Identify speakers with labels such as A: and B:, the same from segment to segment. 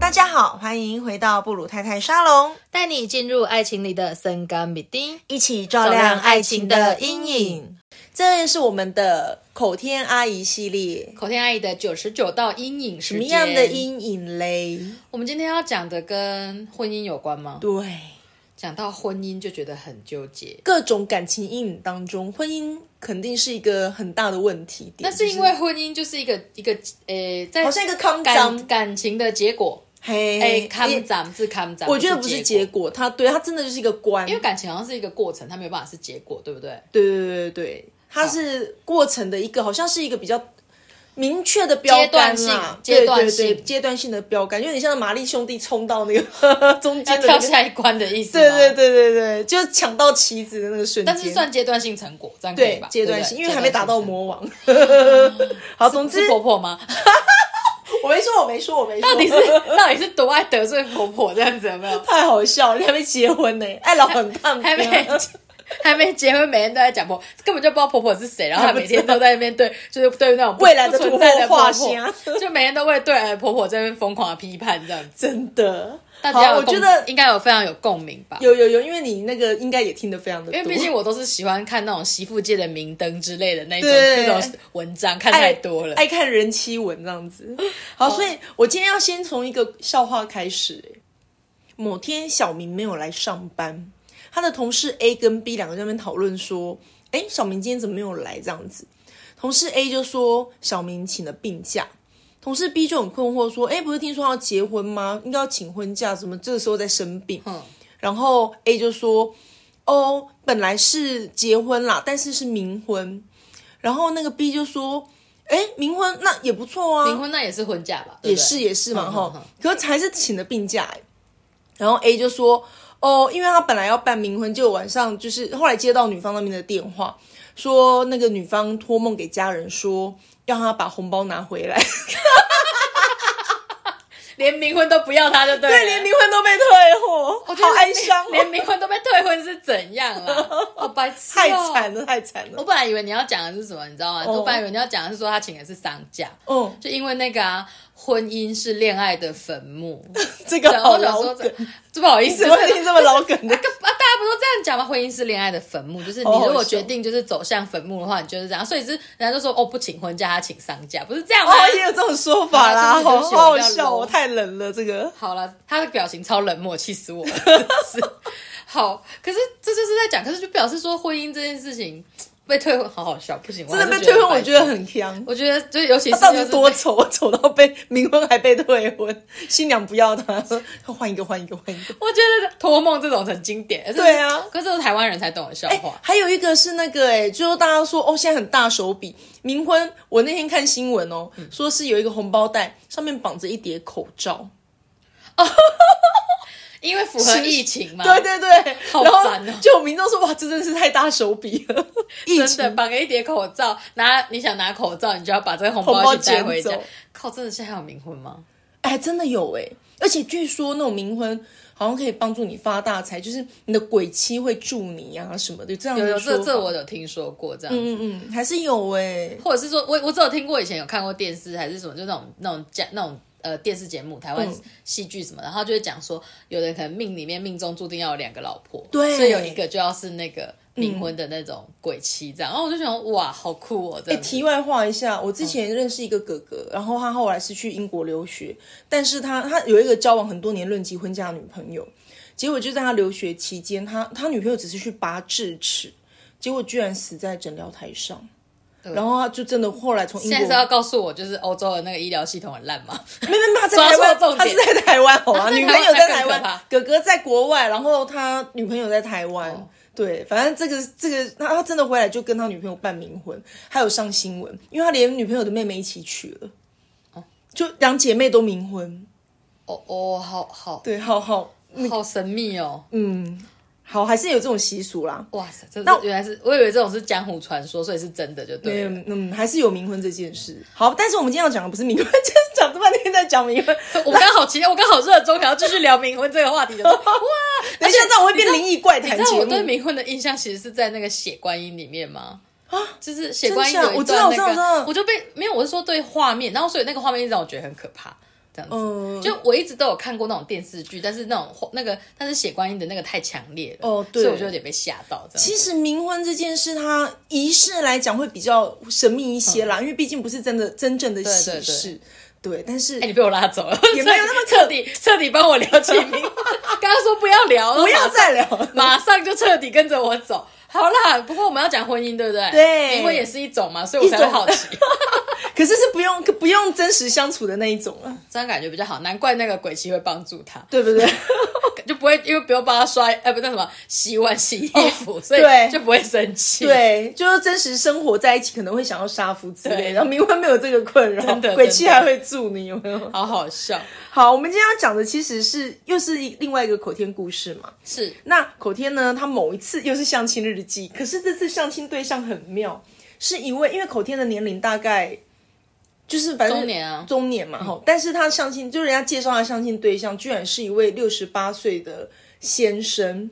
A: 大家好，欢迎回到布鲁太太沙龙，
B: 带你进入爱情里的森冈米丁，
A: 一起照亮爱情的阴影。这是我们的口天阿姨系列，
B: 口天阿姨的九十九道阴影
A: 什
B: 什
A: 么样的？阴影嘞？
B: 我们今天要讲的跟婚姻有关吗？
A: 对，
B: 讲到婚姻就觉得很纠结，
A: 各种感情阴影当中，婚姻肯定是一个很大的问题点。
B: 那是因为婚姻就是一个一个诶，在
A: 好像一个康
B: 感
A: 张，
B: 感情的结果，哎
A: 嘿
B: 诶，，康展是康展，
A: 哎我觉得不是结
B: 果，
A: 果，它对它真的就是一个关，
B: 因为感情好像是一个过程，它没有办法是结果，对不对？
A: 对对对对对，它是过程的一个，好像是一个比较明确的标
B: 阶
A: 杆
B: 段性
A: 啦，
B: 阶段
A: 对对对
B: 性
A: 阶段性的标杆，有点像玛丽兄弟冲到那个中
B: 要
A: 间的那
B: 跳
A: 个，
B: 下一关的意思吗，
A: 对对对对对，就抢到棋子的那个瞬间，
B: 但是算阶段性成果，这样可以
A: 对
B: 吧？
A: 阶段性，
B: 对不对
A: 因为还没打到。魔王。好，总
B: 阶段性成果是
A: 之
B: 婆婆吗？
A: 我没说，我没说，我没说，
B: 到底是到底是多爱得罪婆婆这样子有没有？
A: 太好笑了，你还没结婚呢，哎，老很烫，
B: 还没还没结婚，每天都在讲婆婆，根本就不知道婆婆是谁，然后她每天都在那边对，就是对那种不
A: 未来的
B: 不存在的
A: 土货画
B: 婆婆，就每天都为对儿婆婆这边疯狂的批判这样子。
A: 真的。
B: 大
A: 好，
B: 家
A: 我
B: 有共
A: 觉得
B: 应该有非常有共鸣吧。
A: 有有有，因为你那个应该也听得非常的多，
B: 因为毕竟我都是喜欢看那种媳妇界的明灯之类的那种
A: 对哎
B: 那种文章，看太多了。
A: 爱看人妻文这样 子。好，所以我今天要先从一个笑话开始、欸某天小明没有来上班，他的同事 A 跟 B 两个在那边讨论说：“哎、小明今天怎么没有来？”这样子，同事 A 就说：“小明请了病假。”同事 B 就很困惑说：“哎、不是听说要结婚吗？应该要请婚假，怎么这个时候在生病？”
B: 嗯，
A: 然后 A 就说：“哦，本来是结婚啦，但是是冥婚。”然后那个 B 就说：“哎，冥婚那也不错啊，
B: 冥婚那也是婚假吧？对
A: 也
B: 不对
A: 是也是嘛
B: 嗯
A: 哈、
B: 嗯嗯
A: 可是还是请了病假哎。”然后 A 就说：“哦，因为他本来要办冥婚，结果晚上就是后来接到女方那边的电话，说那个女方托梦给家人说让他把红包拿回来，
B: 连冥婚都不要她，就 对了。
A: 对，连冥婚都被退货，
B: 我觉得
A: 好哀伤、哦，
B: 连冥婚都被退婚是怎样啦？好白痴、哦
A: 太！惨了，太惨
B: 我
A: 了。
B: 本来以为你要讲的是什么，你知道
A: 哦
B: 吗？我本来以为你要讲的是说他请的是丧假，
A: 嗯，
B: 就因为那个啊，婚姻是恋爱的坟 墓。
A: 这个
B: 然后
A: 好
B: 我想
A: 老
B: 说
A: 梗。”，
B: 这不好意 思，
A: 怎么听这么老梗 的？
B: 啊，大家不都这样讲吗？婚姻是恋爱的坟墓，就是你
A: 好好
B: 如果
A: 笑
B: 决定就是走向坟墓的话，你就是这样。所以是人家就说哦，不请婚假，他请丧假，不是这样吗？
A: 哦，也有这种说法啦，
B: 啊对
A: 好
B: 不起
A: 好
B: 我比较
A: 笑，
B: low
A: 我太冷了这个。
B: 好了，他的表情超冷漠，气死我 了。真的是好，可是这就是在讲，可是就表示说婚姻这件事情被退婚，好好笑，不行，我
A: 真
B: 还
A: 的
B: 是
A: 被退婚，我
B: 白
A: 觉得
B: 痴，
A: 很香。
B: 我觉得就尤其
A: 他
B: 是
A: 到
B: 就
A: 底
B: 是
A: 多丑， 丑到被冥婚还被退婚，新娘不要他，他换一个，换一个，换一个。
B: 我觉得托梦这种很经典，而且
A: 对啊
B: 可是这是台湾人才懂的笑
A: 哎、
B: 话。
A: 还有一个是那个哎、就是大家说哦，现在很大手笔冥婚。我那天看新闻哦，
B: 嗯
A: 说是有一个红包袋上面绑着一叠口罩，
B: 因为符合疫情嘛，
A: 对对对，
B: 好
A: 然
B: 烦哦
A: 后就有民众说哇，这真是太大手笔 了，疫
B: 真
A: 情
B: 的绑个一叠口罩，拿你想拿口罩，你就要把这个红
A: 红包
B: 包去带回
A: 捡
B: 家
A: 走。
B: 靠，真的现在还有冥婚吗？
A: 哎，真的有哎、而且据说那种冥婚好像可以帮助你发大财，就是你的鬼妻会助你啊什么的，这样
B: 有有，
A: 的说
B: 这
A: 法
B: 这我有听说过这样子。
A: 嗯嗯还是有哎、
B: 或者是说我我只有听过以前有看过电视还是什么，就那种那种讲那种呃电视节目，台湾
A: 嗯
B: 戏剧什么，然后就会讲说，有人可能命里面命中注定要有两个老婆，
A: 对
B: 所以有一个就要是那个冥婚的那种鬼妻这样，然后我就想哇，好酷哦，这
A: 哎、
B: 样子。
A: 题外话一下，我之前认识一个哥哥，然后他后来是去英国留学，但是他他有一个交往很多年论及婚嫁的女朋友，结果就在他留学期间，他他女朋友只是去拔智齿，结果居然死在诊疗台上，然后他就真的后来从英
B: 现在
A: 国
B: 是要告诉我，就是欧洲的那个医疗系统很烂 吗？
A: 没没，没他在台湾，
B: 抓错重点
A: 他是在台湾，好吗？
B: 在台湾
A: 女朋友在台
B: 那更可
A: 湾
B: 怕，
A: 哥哥在国外，然后他女朋友在台湾。
B: 哦
A: 对，反正这个这个他他真的回来就跟他女朋友办冥婚，还有上新闻，因为他连女朋友的妹妹一起娶了，就两姐妹都冥婚。
B: 哦哦，好好
A: 对，好好
B: 好神秘哦，
A: 嗯，好，还是有这种习俗啦。
B: 哇塞，这是原来是我以为这种是江湖传说，所以是真的就对了。
A: 嗯嗯，还是有冥婚这件事。好，但是我们今天要讲的不是冥婚，今天讲这半天在讲冥婚，
B: 我刚好期待，我刚好热衷想要继续聊冥婚这个话题的时候，
A: 等一下这样会变灵异怪谈
B: 你知道
A: 节
B: 我
A: 目
B: 对。冥婚的印象其实是在那个《血观音》里面吗？啊，就是《血观音》
A: 真假
B: 有一
A: 我知道
B: 段
A: 我知道
B: 那
A: 我知道
B: 个，我就被没有，我是说对画面，然后所以那个画面一直让我觉得很可怕。这样子。
A: 嗯
B: 就我一直都有看过那种电视剧，但是那种那个，但是血观音的那个太强烈了，
A: 哦对
B: 所以我就有点被吓到。这样
A: 其
B: 子，
A: 实冥婚这件事，它仪式来讲会比较神秘一些啦，因为毕竟不是真的真正的喜
B: 对
A: 事。嗯对，但是
B: 哎、你被我拉走了，
A: 也没有那么
B: 彻底彻底帮我聊起名。刚刚说不要聊，
A: 不要
B: 马上
A: 再聊了。
B: 马上就彻底跟着我走。好啦，不过我们要讲婚姻，对不对？
A: 对
B: 离婚也是一种嘛，所以我才会
A: 一种
B: 好奇。
A: 可是是不用不用真实相处的那一种啊，
B: 这样感觉比较好，难怪那个鬼妻会帮助他，
A: 对不对？
B: 就不会因为不用帮他刷，呃，不那什么洗碗、洗衣服，所
A: 哦对
B: 以就不会生气。，
A: 对，就是真实生活在一起可能会想要杀夫之类，
B: 对
A: 然后冥婚没有这个困扰，
B: 真的
A: 鬼气
B: 真的
A: 还会住你，有没有？
B: 好好笑，
A: 好，我们今天要讲的其实是又是一另外一个口天故事嘛。
B: 是
A: 那口天呢，他某一次又是相亲日记，可是这次相亲对象很妙，是一位因为口天的年龄大概就是反正
B: 中年啊
A: 中年嘛哈，但是他相亲就人家介绍他相亲对象，居然是一位六十八岁的先生，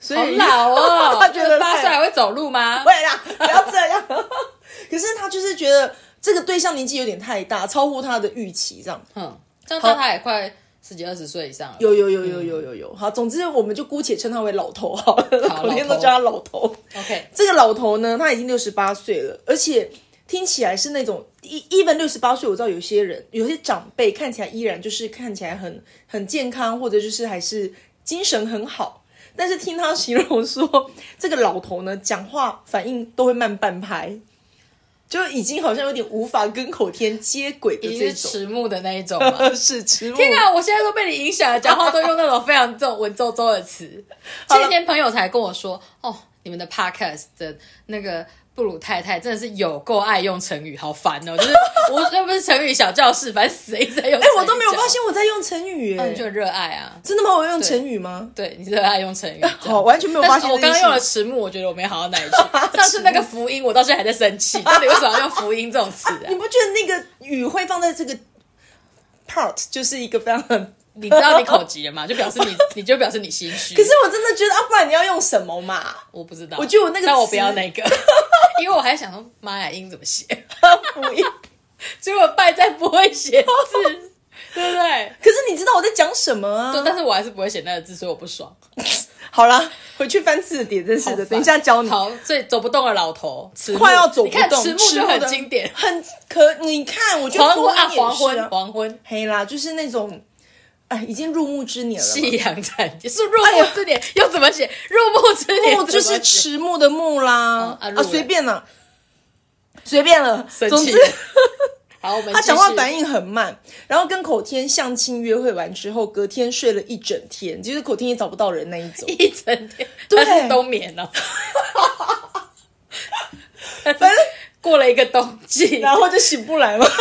A: 所
B: 好
A: 以
B: 老哦，
A: 他觉得
B: 八
A: 太
B: 岁还会走路吗
A: 对？啦，不要这样。 可是他就是觉得这个对象年纪有点太大，超乎他的预期，这样。
B: 嗯，这样到他也快十几二十岁以上了。
A: 有有有有有有有，好，总之我们就姑且称他为老头好了，
B: 嗯好
A: 口天都
B: 老头
A: 叫他老头。
B: OK，
A: 这个老头呢，他已经六十八岁了，而且听起来是那种一一般六十八岁，我知道有些人有些长辈看起来依然就是看起来很很健康，或者就是还是精神很好。但是听他形容说，这个老头呢，讲话反应都会慢半拍，就已经好像有点无法跟口天接轨的
B: 已
A: 这
B: 经是
A: 种。
B: 迟暮的那一种了。
A: 呃，是迟
B: 天
A: 天
B: 啊！我现在都被你影响了，讲话都用那种非常这种文绉绉 的词。前几天朋友才跟我说，哦，你们的 podcast 的那个布鲁太太真的是有够爱用成语，好烦哦！ 就是我又不是成语小教室，反正死一直在用成语
A: 哎、
B: 讲。
A: 我都没有发现我在用成语耶、
B: 嗯，你就热爱啊。
A: 真的吗？我有用成语吗？
B: 对你热爱用成语，
A: 好，完全没有
B: 但
A: 发
B: 是
A: 现
B: 我
A: 这件事。
B: 刚刚用了迟暮，我觉得我没好好 哪一句。上次那个福音，我到现在还在生气，到底为什么要用福音这种词啊
A: 你？不觉得那个语会放在这个 part 就是一个非常……可
B: 你 知道你口急了吗？就表示你，你就表示你心虚。
A: 是我真的觉得啊，不然你要用什么 嘛？
B: 我不知道，
A: 我觉得我那个
B: 但我
A: 词
B: 不要那个， 因为我还想说，妈呀，音怎么写？
A: 不一
B: 结果败在不会写 字，对不对？
A: 可是你知道我在讲什么
B: 对，
A: 啊？
B: 但是我还是不会写那个字，所以我不爽。
A: 好啦，回去翻字典，真是
B: 好
A: 的，
B: 烦
A: 等一下教你。
B: 好，所以走不动的老头，迟暮
A: 快要走不
B: 你看
A: 动，
B: 迟暮就
A: 的
B: 很经典，
A: 很可。你看，我觉得
B: 黄昏啊，
A: 也是
B: 黄昏，黄昏，
A: 黑啦，就是那种，哎，已经入木之年了嘛。
B: 夕阳产是入暮之年，又怎么写？入暮之年
A: 木哎哦就
B: 怎
A: 是
B: 么写
A: 迟暮的暮啦，
B: 嗯啊入
A: 啊，
B: 了
A: 随便啦，随便了，
B: 生
A: 总
B: 气
A: 之。
B: 好，我们
A: 他讲话反
B: 应
A: 应很慢，然后跟口天相亲约会完之后，隔天睡了一整天，就是口天也找不到人那一种。
B: 一整天，
A: 对
B: 他是冬眠哦了，反正 过了一个冬季，
A: 然后就醒不来嘛。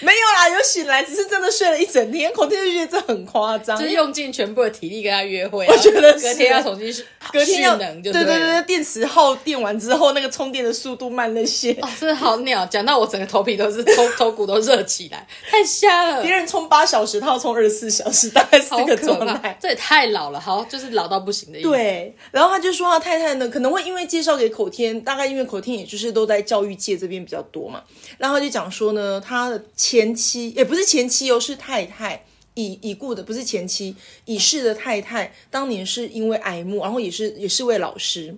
A: 没有啦，有醒来，只是真的睡了一整天。口天就觉得这很夸张，
B: 就是用尽全部的体力跟他约会，
A: 我觉得
B: 然后隔
A: 是
B: 天要重新蓄
A: 隔天要
B: 蓄能就
A: 对
B: 对
A: 对
B: 了
A: 对，电池耗电完之后，那个充电的速度慢了些。
B: 哦，真的好鸟，讲到我整个头皮都是头 头骨都热起来，太瞎了
A: 别，人充八小时，他要充二十四小时，大概是
B: 好
A: 这个
B: 可
A: 状
B: 怕，
A: 态。
B: 这也太老了，好就是老到不行的意思。，
A: 对，然后他就说他太太呢，可能会因为介绍给口天，大概因为口天也就是都在教育界这边比较多嘛，然后他就讲说呢，他的前妻也不是前妻哦，是太太。已已故的不是前妻，已逝的太太，当年是因为癌末，然后也是也是位老师，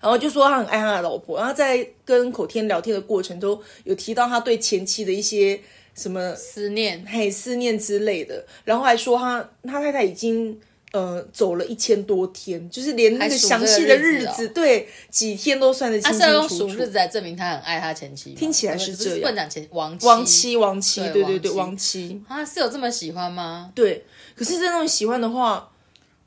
A: 然后就说他很爱他的老婆，然后在跟口天聊天的过程中，有提到他对前妻的一些什么
B: 思念
A: 嘿思念之类的，然后还说他他太太已经呃走了一千多天，就是连那个
B: 还数
A: 详
B: 这个
A: 细的
B: 日
A: 日
B: 子哦啊
A: 子，对几天都算得清
B: 是要
A: 清
B: 用
A: 楚
B: 数
A: 楚。
B: 日子来证明他很爱他前妻吗，听
A: 起来是这样
B: 不能讲前亡
A: 亡
B: 亡
A: 妻，亡妻，对对对，亡
B: 亡
A: 妻，
B: 啊，是有这么喜欢吗？
A: 对。可是这种喜欢的话，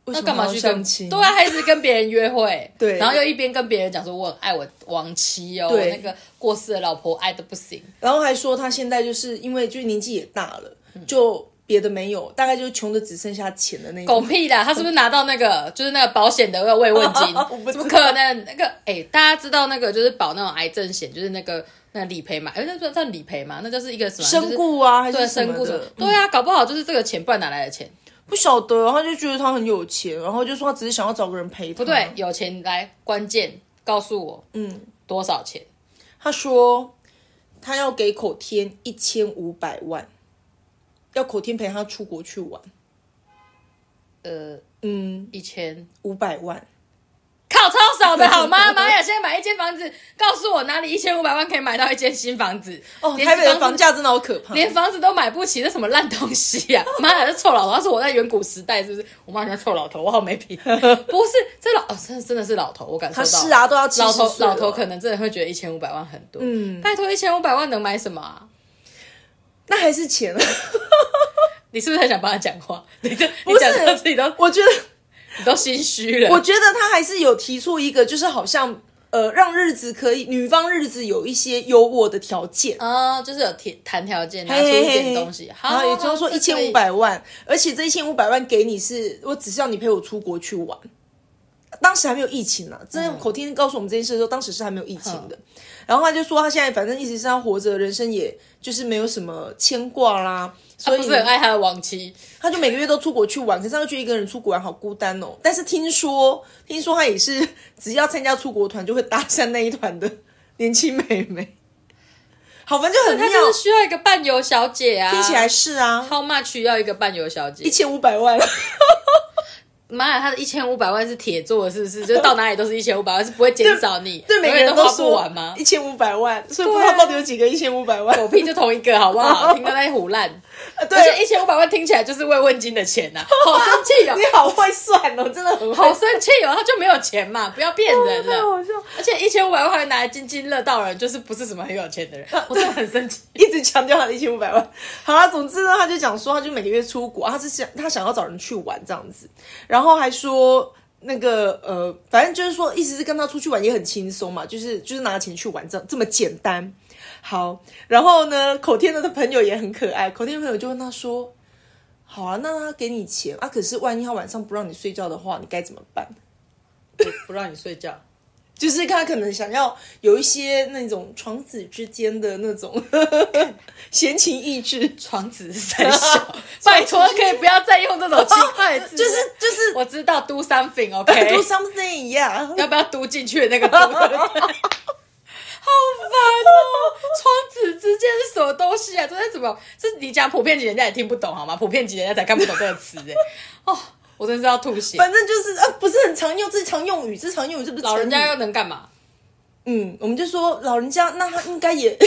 A: 为什
B: 那
A: 么
B: 干嘛
A: 还要
B: 去
A: 相
B: 跟
A: 亲？
B: 对啊，还一直跟别人约会，
A: 对
B: 然后又一边跟别人讲说我很爱我亡妻哦，
A: 对
B: 那个过世的老婆爱的不行，
A: 然后还说他现在就是因为就是年纪也大了，
B: 嗯
A: 就别的没有，大概就穷的只剩下钱的那
B: 狗
A: 种。
B: 屁啦！他是不是拿到那个就是那个保险的慰问金
A: 我不知道？
B: 怎么可能？那个哎、大家知道那个就是保那种癌症险，就是那个那理赔嘛？哎、那算算理赔嘛？那就是一个什么
A: 身故啊，还
B: 就是对
A: 是
B: 身故
A: 什
B: 什
A: 么
B: 么
A: 的？
B: 对啊，搞不好就是这个钱，不然哪来的钱？
A: 不晓得，然后就觉得他很有钱，然后就说他只是想要找个人陪他。
B: 不对，啊有钱来关键告诉我，嗯，多少钱？
A: 他说他要给口天一千五百万，要口天陪他出国去玩，
B: 呃，
A: 嗯，
B: 一千，
A: 五百万，
B: 靠，超少的 好吗？玛雅现在买一间房子，告诉我哪里一千五百万可以买到一间新房子？
A: 哦，
B: 连
A: 台北的
B: 子
A: 房价真的好可怕。
B: 连房子都买不起，这什么烂东西呀、妈呀，这臭老头！他说我在远古时代是不是？我妈叫臭老头，我好 没品。不是，这老、哦、真真的是老头，我感受
A: 他
B: 到。
A: 是啊，都要70
B: 老头
A: 岁了
B: 老头可能真的会觉得一千五百万很多。嗯，拜托，一千五百万能买什么、啊？
A: 那还是钱啊了，
B: 你是不是很想帮他讲话？你这你
A: 不
B: 讲到自己
A: 是
B: 都？
A: 我觉得。
B: 你都心虚了。
A: 我觉得他还是有提出一个，就是好像呃，让日子可以女方日子有一些优渥的条件，
B: 哦，就是有提谈条件，拿
A: 嘿
B: 出一
A: 嘿嘿
B: 点东西。好，啊
A: 然后也就是说
B: 这可以
A: 一千五，百万，而且这一千五百万给你是，我只是要你陪我出国去玩。当时还没有疫情呢、啊，真的口天告诉我们这件事的时候，当时是还没有疫情的。
B: 嗯
A: 然后他就说，他现在反正一直是他活着，人生也就是没有什么牵挂啦，所
B: 他
A: 以
B: 啊不是很爱他的亡妻。
A: 他就每个月都出国去玩，可是他又觉得一个人出国玩好孤单哦。但是听说，听说他也是只要参加出国团就会搭讪那一团的年轻妹妹，好，反正就很
B: 他
A: 妙，
B: 就是需要一个伴游小姐啊。
A: 听起来是啊，
B: ，How much 要一个伴游小姐啊
A: 一？千五百万，
B: 妈呀，他的一千五百万是铁做的，是不是？就是到哪里都是一千五百万，是不会减少你，
A: 对每
B: 永
A: 个
B: 远
A: 人
B: 都花不
A: 说
B: 完吗？
A: 一千五百万，所以不知道到底有几个一千五百万。
B: 狗屁就同一个，好不 好？听到在胡乱，而且
A: 对，
B: 一千五百万听起来就是慰问金的钱 呐、好生气哦
A: 你，好会算哦，真的很
B: 好
A: 好，
B: 生气哦，他就没有钱嘛，不要骗人
A: 太
B: 了。
A: 好笑，
B: 而且一千五百万还拿来津津乐道人，就是不是什么很有钱的人， 我真的很生气。
A: 一直强调他的一千五百万。好啦，总之呢，他就讲说，他就每个月出国，他是想他想要找人去玩这样子，然后还说那个呃，反正就是说，意思是跟他出去玩也很轻松嘛，就是就是拿钱去玩这样这么简单。好，然后呢，口天的朋友也很可爱，口天的朋友就问他说：“好啊，那他给你钱啊，可是万一他晚上不让你睡觉的话，你该怎么办？”
B: 不让你睡觉，
A: 就是他可能想要有一些那种床子之间的那种 闲情逸致，
B: 床子三小， 拜托可以不要再用这种奇怪的 字。
A: 就是 就是
B: 我知道 do something OK，
A: do something 一 样。
B: 要不要读进去的那个读？好 烦哦！窗子之间是什么东西啊？这 是怎么？这你讲普遍级人家也听不懂好吗？普遍级人家才看不懂这个词哎、 哦，我真是要吐 血！
A: 反正就是啊，不是很常用，这是常用语，这是常用语，这不是
B: 老人
A: 成
B: 家
A: 语
B: 又能干嘛？
A: 嗯，我们就说老人家，那他应该 也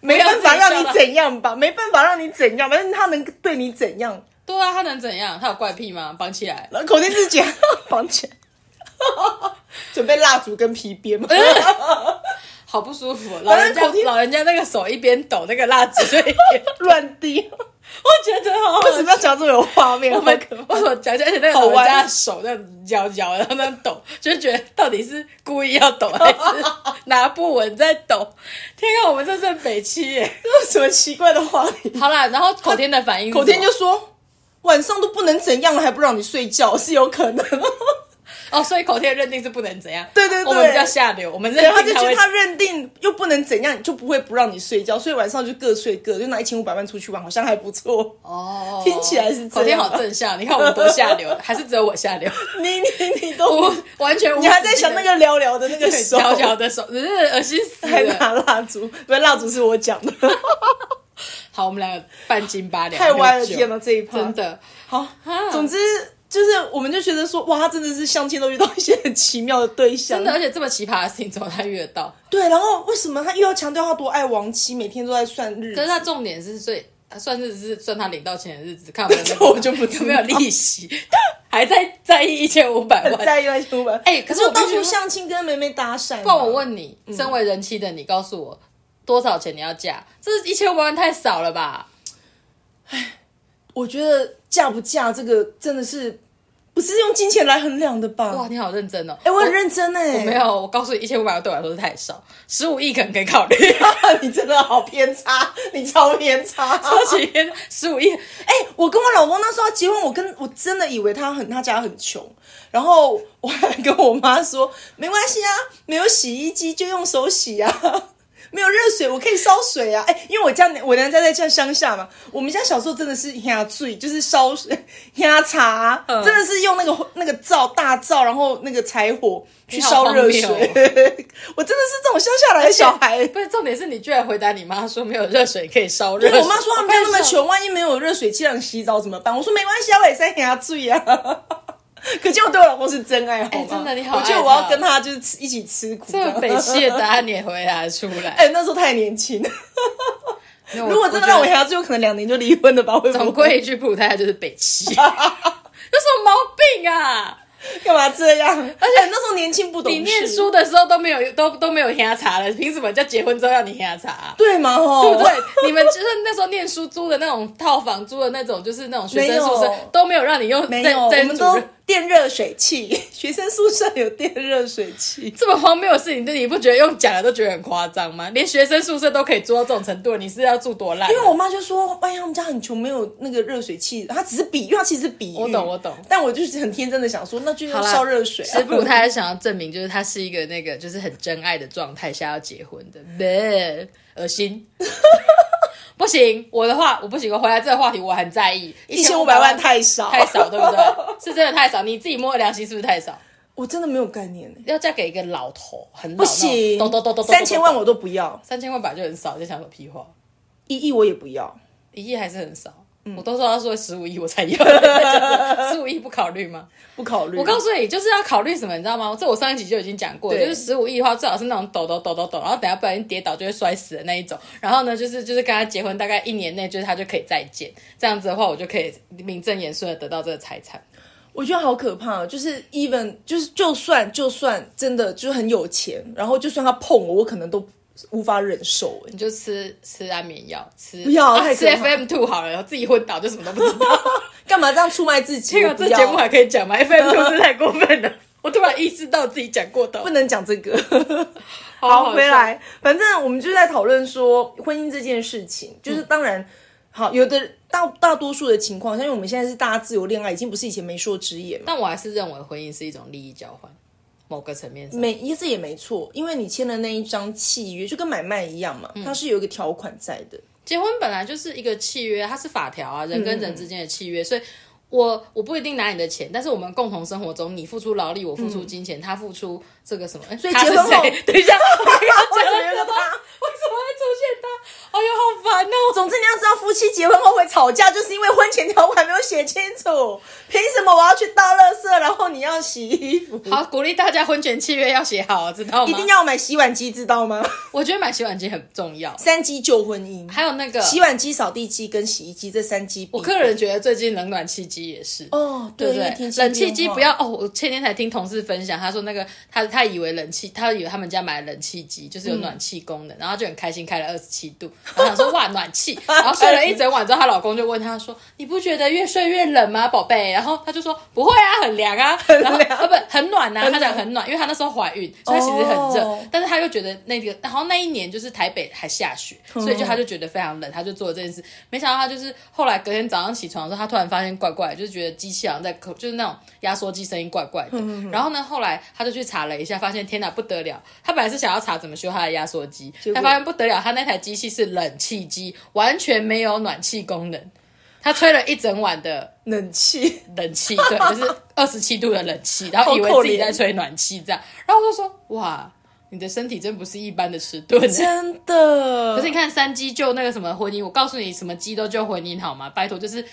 A: 没
B: 要
A: 办法
B: 自己笑
A: 让你
B: 了
A: 怎样吧，没办法让你怎样，反正他能对你怎样，
B: 对啊，他能怎样？他有怪癖吗？绑起来。
A: 然后口天自己绑起 来，准备蜡烛跟皮鞭嘛。
B: 好不舒服哦，老
A: 反
B: 人
A: 正
B: 家
A: 口听
B: 老人家那个手一边抖那个蜡烛， 一边，
A: 乱滴，
B: 我觉得好好
A: 为什么要讲这么有画面？
B: 我
A: 好
B: 们
A: 可怕！
B: 我所讲起来，而且那个
A: 好
B: 老人
A: 玩
B: 家的啊手那样摇摇，然后那样抖，就是觉得到底是故意要抖，还是 拿不稳在抖？天啊，我们这是很北七耶！
A: 这有什么奇怪的话题？
B: 好啦，然后口天的反应是什么，
A: 口天就说晚上都不能怎样了，还不让你睡觉，是有可能。
B: 哦，所以口天的认定是不能怎样，
A: 对对对
B: 我们比较下流， 我们认
A: 对，他就
B: 定
A: 觉
B: 会
A: 得他认定又不能怎样，就不会不让你睡觉，所以晚上就各睡各，就拿一千五百万出去玩，好像还不错。
B: 哦，
A: 听起来是这样
B: 口天好正向，你看我们多下流， 还是只有我下流，
A: 你你你都
B: 我，完全无
A: 你还在想那个聊聊的那个
B: 对
A: 手，
B: 摇摇的手，只是恶心死
A: 还
B: 了。
A: 拿蜡烛，不是蜡烛是我讲 的，
B: 好，我们两个半斤八两，
A: 太歪了，
B: 69
A: 天哪，这一趴
B: 真。的。
A: 好，总之就是我们就觉得说，哇，他真的是相亲都遇到一些很奇妙的对象
B: 真，的，而且这么奇葩的事情，怎么他遇得到？
A: 对。然后为什么他又要强调他多爱亡妻，每天都在算日
B: 可是
A: 子？
B: 他重点是最算日子是算他领到钱的日子，看有没有
A: 这我就不知道
B: 有没有利息，还在在意一千五百
A: 很
B: 万。
A: 在意那些五百。
B: 哎可是我
A: 到
B: 必须
A: 处相亲跟梅梅搭讪，
B: 不然我问你，身为人妻的你，告诉我多少钱你要嫁？这一千五百万太少了吧？
A: 我觉得嫁不嫁这个真的是不是用金钱来衡量的吧？
B: 哇，你好认真哦！
A: 哎、我很认真哎、
B: 我没，有，我告诉你，一千五百万对我来说是太少，十五亿可能可以考 虑。
A: 你真的好偏差，你超偏差。
B: 超级十五亿，
A: 哎、我跟我老公那时候要结婚，我跟我真的以为他很他家很穷，然后我还跟我妈说没关系啊，没有洗衣机就用手洗啊。 没有热水，我可以烧水啊！哎、因为我家我娘家在乡乡下嘛，我们家小时候真的是压醉，就是烧水、压茶，啊
B: 嗯
A: 真的是用那个那个灶大灶，然后那个柴火去
B: 你好
A: 烧
B: 荒
A: 热
B: 谬
A: 水。
B: 哦
A: 我真的是这种乡下来的小孩。
B: 不是重点是你居然回答你妈说没有热水可以烧热
A: 因
B: 水。
A: 为我妈说他们家那么穷，万一没有热水器让你洗澡怎么办？我说没关系啊，我也在给他醉啊。 可见我对我老公是真爱，好吗？
B: 哎真的你好
A: 我觉得
B: 爱
A: 我要
B: 他
A: 跟他就是吃一起吃苦。
B: 这个北西的答案你也回答出来。
A: 哎、那时候太年轻，
B: 哦没有
A: 如果真的 让我
B: 觉得
A: 牙醉，我可能两年就离婚了吧？会不
B: 总
A: 会
B: 归一句不如太太就是北西， 有什么毛病啊？
A: 干嘛这样？而且、那时候年轻不懂事，
B: 你念书的时候都没有都都没有黑茶了，凭什么叫结婚之后要你黑茶、啊
A: 对吗？吼，
B: 对不对？ 你们就是那时候念书租的那种套房，租的那种就是那种学生宿
A: 没
B: 舍
A: 有，
B: 都没有让你用
A: 没
B: 在
A: 有，我
B: 在
A: 们
B: 主
A: 都
B: 任
A: 电热水器， 学生宿舍有电热水器。
B: 这么荒谬的事情，你不觉得用讲的都觉得很夸张吗？连学生宿舍都可以租到这种程度，你是要住多烂啊？
A: 因为我妈就说，哎呀，我们家很穷，没有那个热水器，她只是比喻，她其实是比喻。
B: 我懂我懂
A: 但我就是很天真的想说，那就
B: 好
A: 用
B: 啦
A: 烧热水、啊。
B: 其实布鲁太太想要证明，就是他是一个那个就是很真爱的状态下要结婚的，对恶心。 不行，我的话我不行，我回来这个话题我很在意，
A: 一
B: 一
A: 千五
B: 五
A: 百万
B: 万
A: 太少，
B: 太少，对不对？ 是真的太少，你自己摸着良心是不是太少？
A: 我真的没有概念欸
B: 要嫁给一个老头，很老
A: 不行，
B: 咚咚咚咚，
A: 三千万我都不要，
B: 三千万本来就很少，在想什么屁话？
A: 一亿我也不要。
B: 一亿还是很少。
A: 嗯
B: 我都说他说十五亿我 才要，十五亿不考虑吗？
A: 不考虑。
B: 我告诉你，就是要考虑什么，你知道吗？这我上一集就已经讲过，
A: 对
B: 就是十五亿的话，最好是那种抖抖抖抖抖，然后等下不小心跌倒就会摔死的那一种。然后呢，就是就是跟他结婚大概一年内，就是他就可以再见。这样子的话，我就可以名正言顺的得到这个财产。
A: 我觉得好可怕哦，就是 even 就是就算就算真的就是很有钱，然后就算他碰我，我可能都无法忍受哎。
B: 你就吃吃安眠药，吃
A: 不要
B: 啊、
A: 太
B: 吃
A: 可怕
B: FM two 好了，然后自己昏倒就什么都不知道。
A: 干嘛这样出卖自己？
B: 这个
A: 我不
B: 这
A: 要
B: 节目还可以讲吗？FM two 是太过分了，我突然意识到自己讲过头
A: 不。能讲这个。
B: 好
A: 好，回，来，反正我们就在讨论说婚姻这件事情，
B: 嗯
A: 就是当然，好，有的大大多数的情况，像因为我们现在是大家自由恋爱，已经不是以前媒妁之言嘛，
B: 但我还是认为婚姻是一种利益交换，某个层面上。
A: 每一次也没错，因为你签的那一张契约就跟买卖一样嘛，
B: 嗯
A: 它是有一个条款在的，
B: 结婚本来就是一个契约，它是法条啊，人跟
A: 嗯
B: 人之间的契约，所以我我不一定拿你的钱，但是我们共同生活中，你付出劳力，我付出金钱，他付出这个什么？所
A: 嗯以结婚后
B: 等一下，我刚
A: 为什
B: 刚
A: 么
B: 讲
A: 有
B: 了
A: 一
B: 什
A: 个
B: 么？
A: 他
B: 为什么会出现他？哎呦，好烦哦！
A: 总之你要知道，夫妻结婚后会吵架，就是因为婚前条款没有写清楚，凭什么我要去倒垃圾，然后你要洗衣服？
B: 好，鼓励大家婚前契约要写好，知道吗？
A: 嗯一定要买洗碗机，知道吗？
B: 我觉得买洗碗机很重要，
A: 三机救婚姻，
B: 还有那个，
A: 洗碗机、扫地机跟洗衣机这三机必备，
B: 我个人觉得最近冷暖气机也是。
A: 哦，
B: 对
A: 对
B: 不
A: 因为
B: 对
A: 天？气
B: 冷气
A: 变
B: 机
A: 化
B: 不要哦！我前天才听同事分享，他说那个他他以为冷气，他以为他们家买了冷气机，就是有
A: 嗯
B: 暖气功能，然后就很开心开了二十七度，然后想说哇暖气，然后睡了一整晚之后，她老公就问她说你不觉得越睡越冷吗，宝贝？然后她就说不会啊，很凉啊，很
A: 凉
B: 啊不很暖啊，她讲很暖，因为她那时候怀孕，所以她其实很热，
A: 哦
B: 但是她又觉得那个，然后那一年就是台北还下雪，所以就她就觉得非常冷，她就做了这件事。没想到她就是后来隔天早上起床的时候，她突然发现怪怪的，就是觉得机器好像在咳，就是那种压缩机声音怪怪的。
A: 嗯
B: 然后呢，后来她就去查了一下，发现天哪不得了！她本来是想要查怎么修她的压缩机，
A: 结果
B: 她发现不得了，她那台机器是冷气机，完全没有暖气功能。她吹了一整晚的
A: 冷 气，
B: 冷气，对， 就是二十七度的冷气，然后以为自己在吹暖气这样，然后我就说哇，你的身体真不是一般的迟钝。
A: 真的。
B: 可是你看三鸡救那个什么婚姻，我告诉你，什么鸡都救婚姻好吗？拜托，就是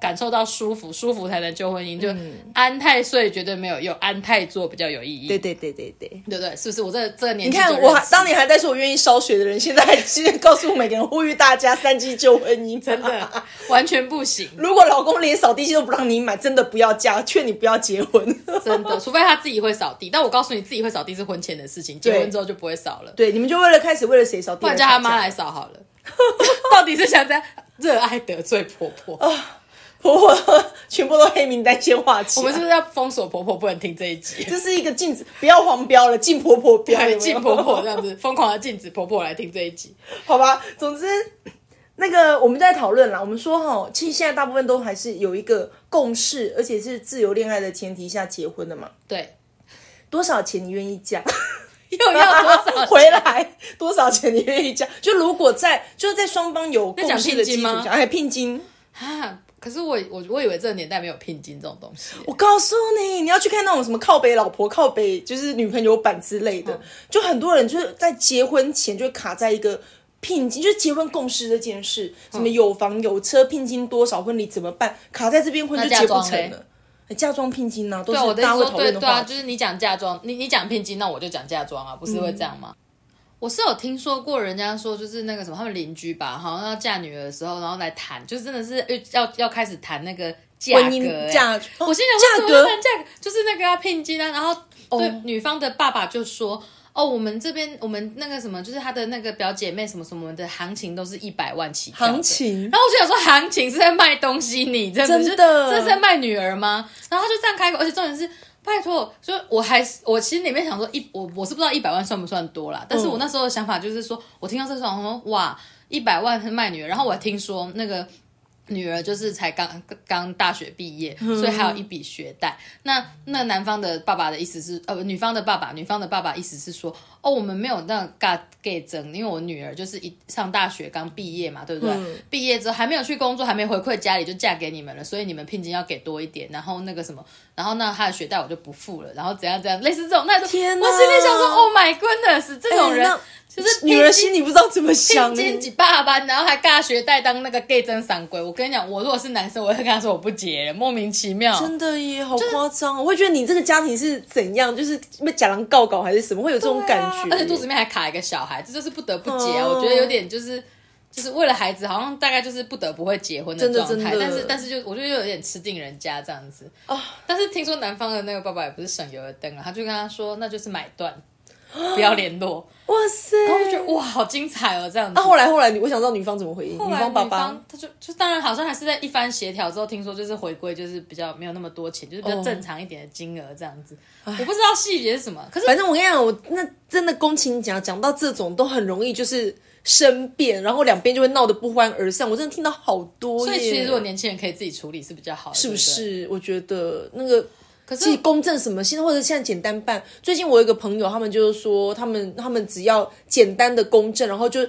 B: 感受到舒服，舒服才能救婚姻。就安太岁绝对没有用，安太做比较有意义，
A: 嗯对对对对对，
B: 对不对？是不是？我这这个年
A: 你
B: 纪就认识，
A: 看我还当年还在说我愿意烧水的人，现在还是告诉每个人呼吁大家三机救婚姻，
B: 真。的完全不行。
A: 如果老公连扫地机都不让你买，真的不要嫁， 劝你不要结婚。
B: 真的，除非他自己会扫地，但我告诉你，自己会扫地是婚前的事情，结
A: 对
B: 婚之后就不会扫了。
A: 对，你们就为了开始为了谁扫地
B: 不
A: 而
B: 然
A: 吵
B: 叫
A: 架，
B: 他妈来扫好 了。到底是想在热爱得罪婆婆？
A: 哦婆婆全部都黑名单先画起
B: 我
A: 来。
B: 们是不是要封锁婆婆不能听这一集？
A: 这是一个禁止，不要黄标了，禁婆婆标， 有没有
B: 禁婆婆这样子，疯狂的禁止婆婆来听这一集。
A: 好吧，总之。那个我们在讨论啦，我们说哈，其实现在大部分都还是有一个共识，而且是自由恋爱的前提下结婚的嘛。
B: 对，
A: 多少钱你愿意嫁？
B: 又哦要多 少
A: 回来多少钱？你愿意加？就如果在就是在双方有
B: 那
A: 共
B: 讲
A: 识的
B: 聘
A: 基
B: 金
A: 础
B: 吗
A: 下，哎，聘金。
B: 啊？可是我我我以为这个年代没有聘金这种东西，
A: 我告诉你，你要去看那种什么靠北老婆、靠北就是女朋友版之类
B: 嗯
A: 的，就很多人就是在结婚前就会卡在一个聘金，就是结婚共识这件事，什
B: 嗯
A: 么有房有车，聘金多少，婚礼怎么办，卡在这边婚就结不
B: 那嫁妆
A: 成了。哎嫁妆聘金呢、啊，都
B: 对啊，我
A: 是
B: 的
A: 大家
B: 意
A: 会讨
B: 思说，对
A: 论的
B: 对啊，
A: 话题。
B: 就是你讲嫁妆，你你讲聘金，那我就讲嫁妆啊，不是会这样吗？我是有听说过人家说，就是那个什么，他们邻居吧，好像要嫁女儿的时候，然后来谈，就真的是要要要开始谈那个价格、
A: 婚姻价
B: 哎
A: 哦
B: 我心
A: 价
B: 想说
A: 格哦
B: 怎么会谈价格就是那个要聘金啊，然后对女方的爸爸就说。哦，我们这边我们那个什么，就是他的那个表姐妹什么什么的行情都是一百万起跳的，
A: 行情
B: 然后我就想说，行情是在卖东西你，真的
A: 真的
B: 是这是在卖女儿吗？然后他就这样开口，而且重点是，拜托，所以我还是我心里面想说一，我我是不知道一百万算不算多啦，但是我那时候的想法就是说，我听到这时候我说哇，一百万是卖女儿，然后我还听说那个。女儿就是才刚刚大学毕业，所以还有一笔学贷。那那男方的爸爸的意思是，呃，不女方的爸爸，女方的爸爸意思是说，哦，我们没有那个 gay 争，因为我女儿就是一上大学刚毕业嘛，对不对？
A: 嗯
B: 毕业之后还没有去工作，还没回馈家里，就嫁给你们了，所以你们聘金要给多一点，然后那个什么，然后那她的学贷我就不付了，然后怎样怎样，类似这种，那都
A: 天哪
B: 我心里想说，Oh my goodness，这种
A: 哎
B: 人、
A: 那
B: 就是
A: 女儿
B: 心。
A: 心里不知道怎么想
B: 聘金几爸爸，然后还尬学贷当那个 gay 真散鬼。我跟你讲，我如果是男生，我会跟他说我不结，莫名其妙。
A: 真的耶，好夸张哦！我会觉得你这个家庭是怎样，就是被假狼告告还是什么，会有这种感觉。
B: 啊而且肚子里面还卡一个小孩，这就是不得不结啊！
A: 哦
B: 我觉得有点就是就是为了孩子，好像大概就是不得不会结婚
A: 真的
B: 状态。
A: 真的
B: 但是但是就我觉得有点吃定人家这样子
A: 啊
B: 但是听说男方的那个爸爸也不是省油的灯啊，他就跟他说那就是买 断，不要联络。
A: 哇塞！
B: 然后我就觉得哇，好精彩哦，这样子。
A: 那、后来后来，你啊我想知道女方怎么回应，
B: 后
A: 女
B: 来
A: 方爸爸
B: 他就就当然好像还是在一番协调之后，听说就是回归就是比较没有那么多钱，就是比较
A: 哦
B: 正常一点的金额这样子。我不知道细节是什么，可是
A: 反正我跟你讲，我那真的公情讲讲到这种都很容易就是生变，然后两边就会闹得不欢而散。我真的听到好多耶，
B: 所以其实如果年轻人可以自己处理是比较好的，
A: 是不
B: 对对？
A: 是？我觉得那个。
B: 可
A: 自己
B: 是
A: 公证什么，现在或者现在简单办。最近我有一个朋友，他们就是说，他们他们只要简单的公证，然后就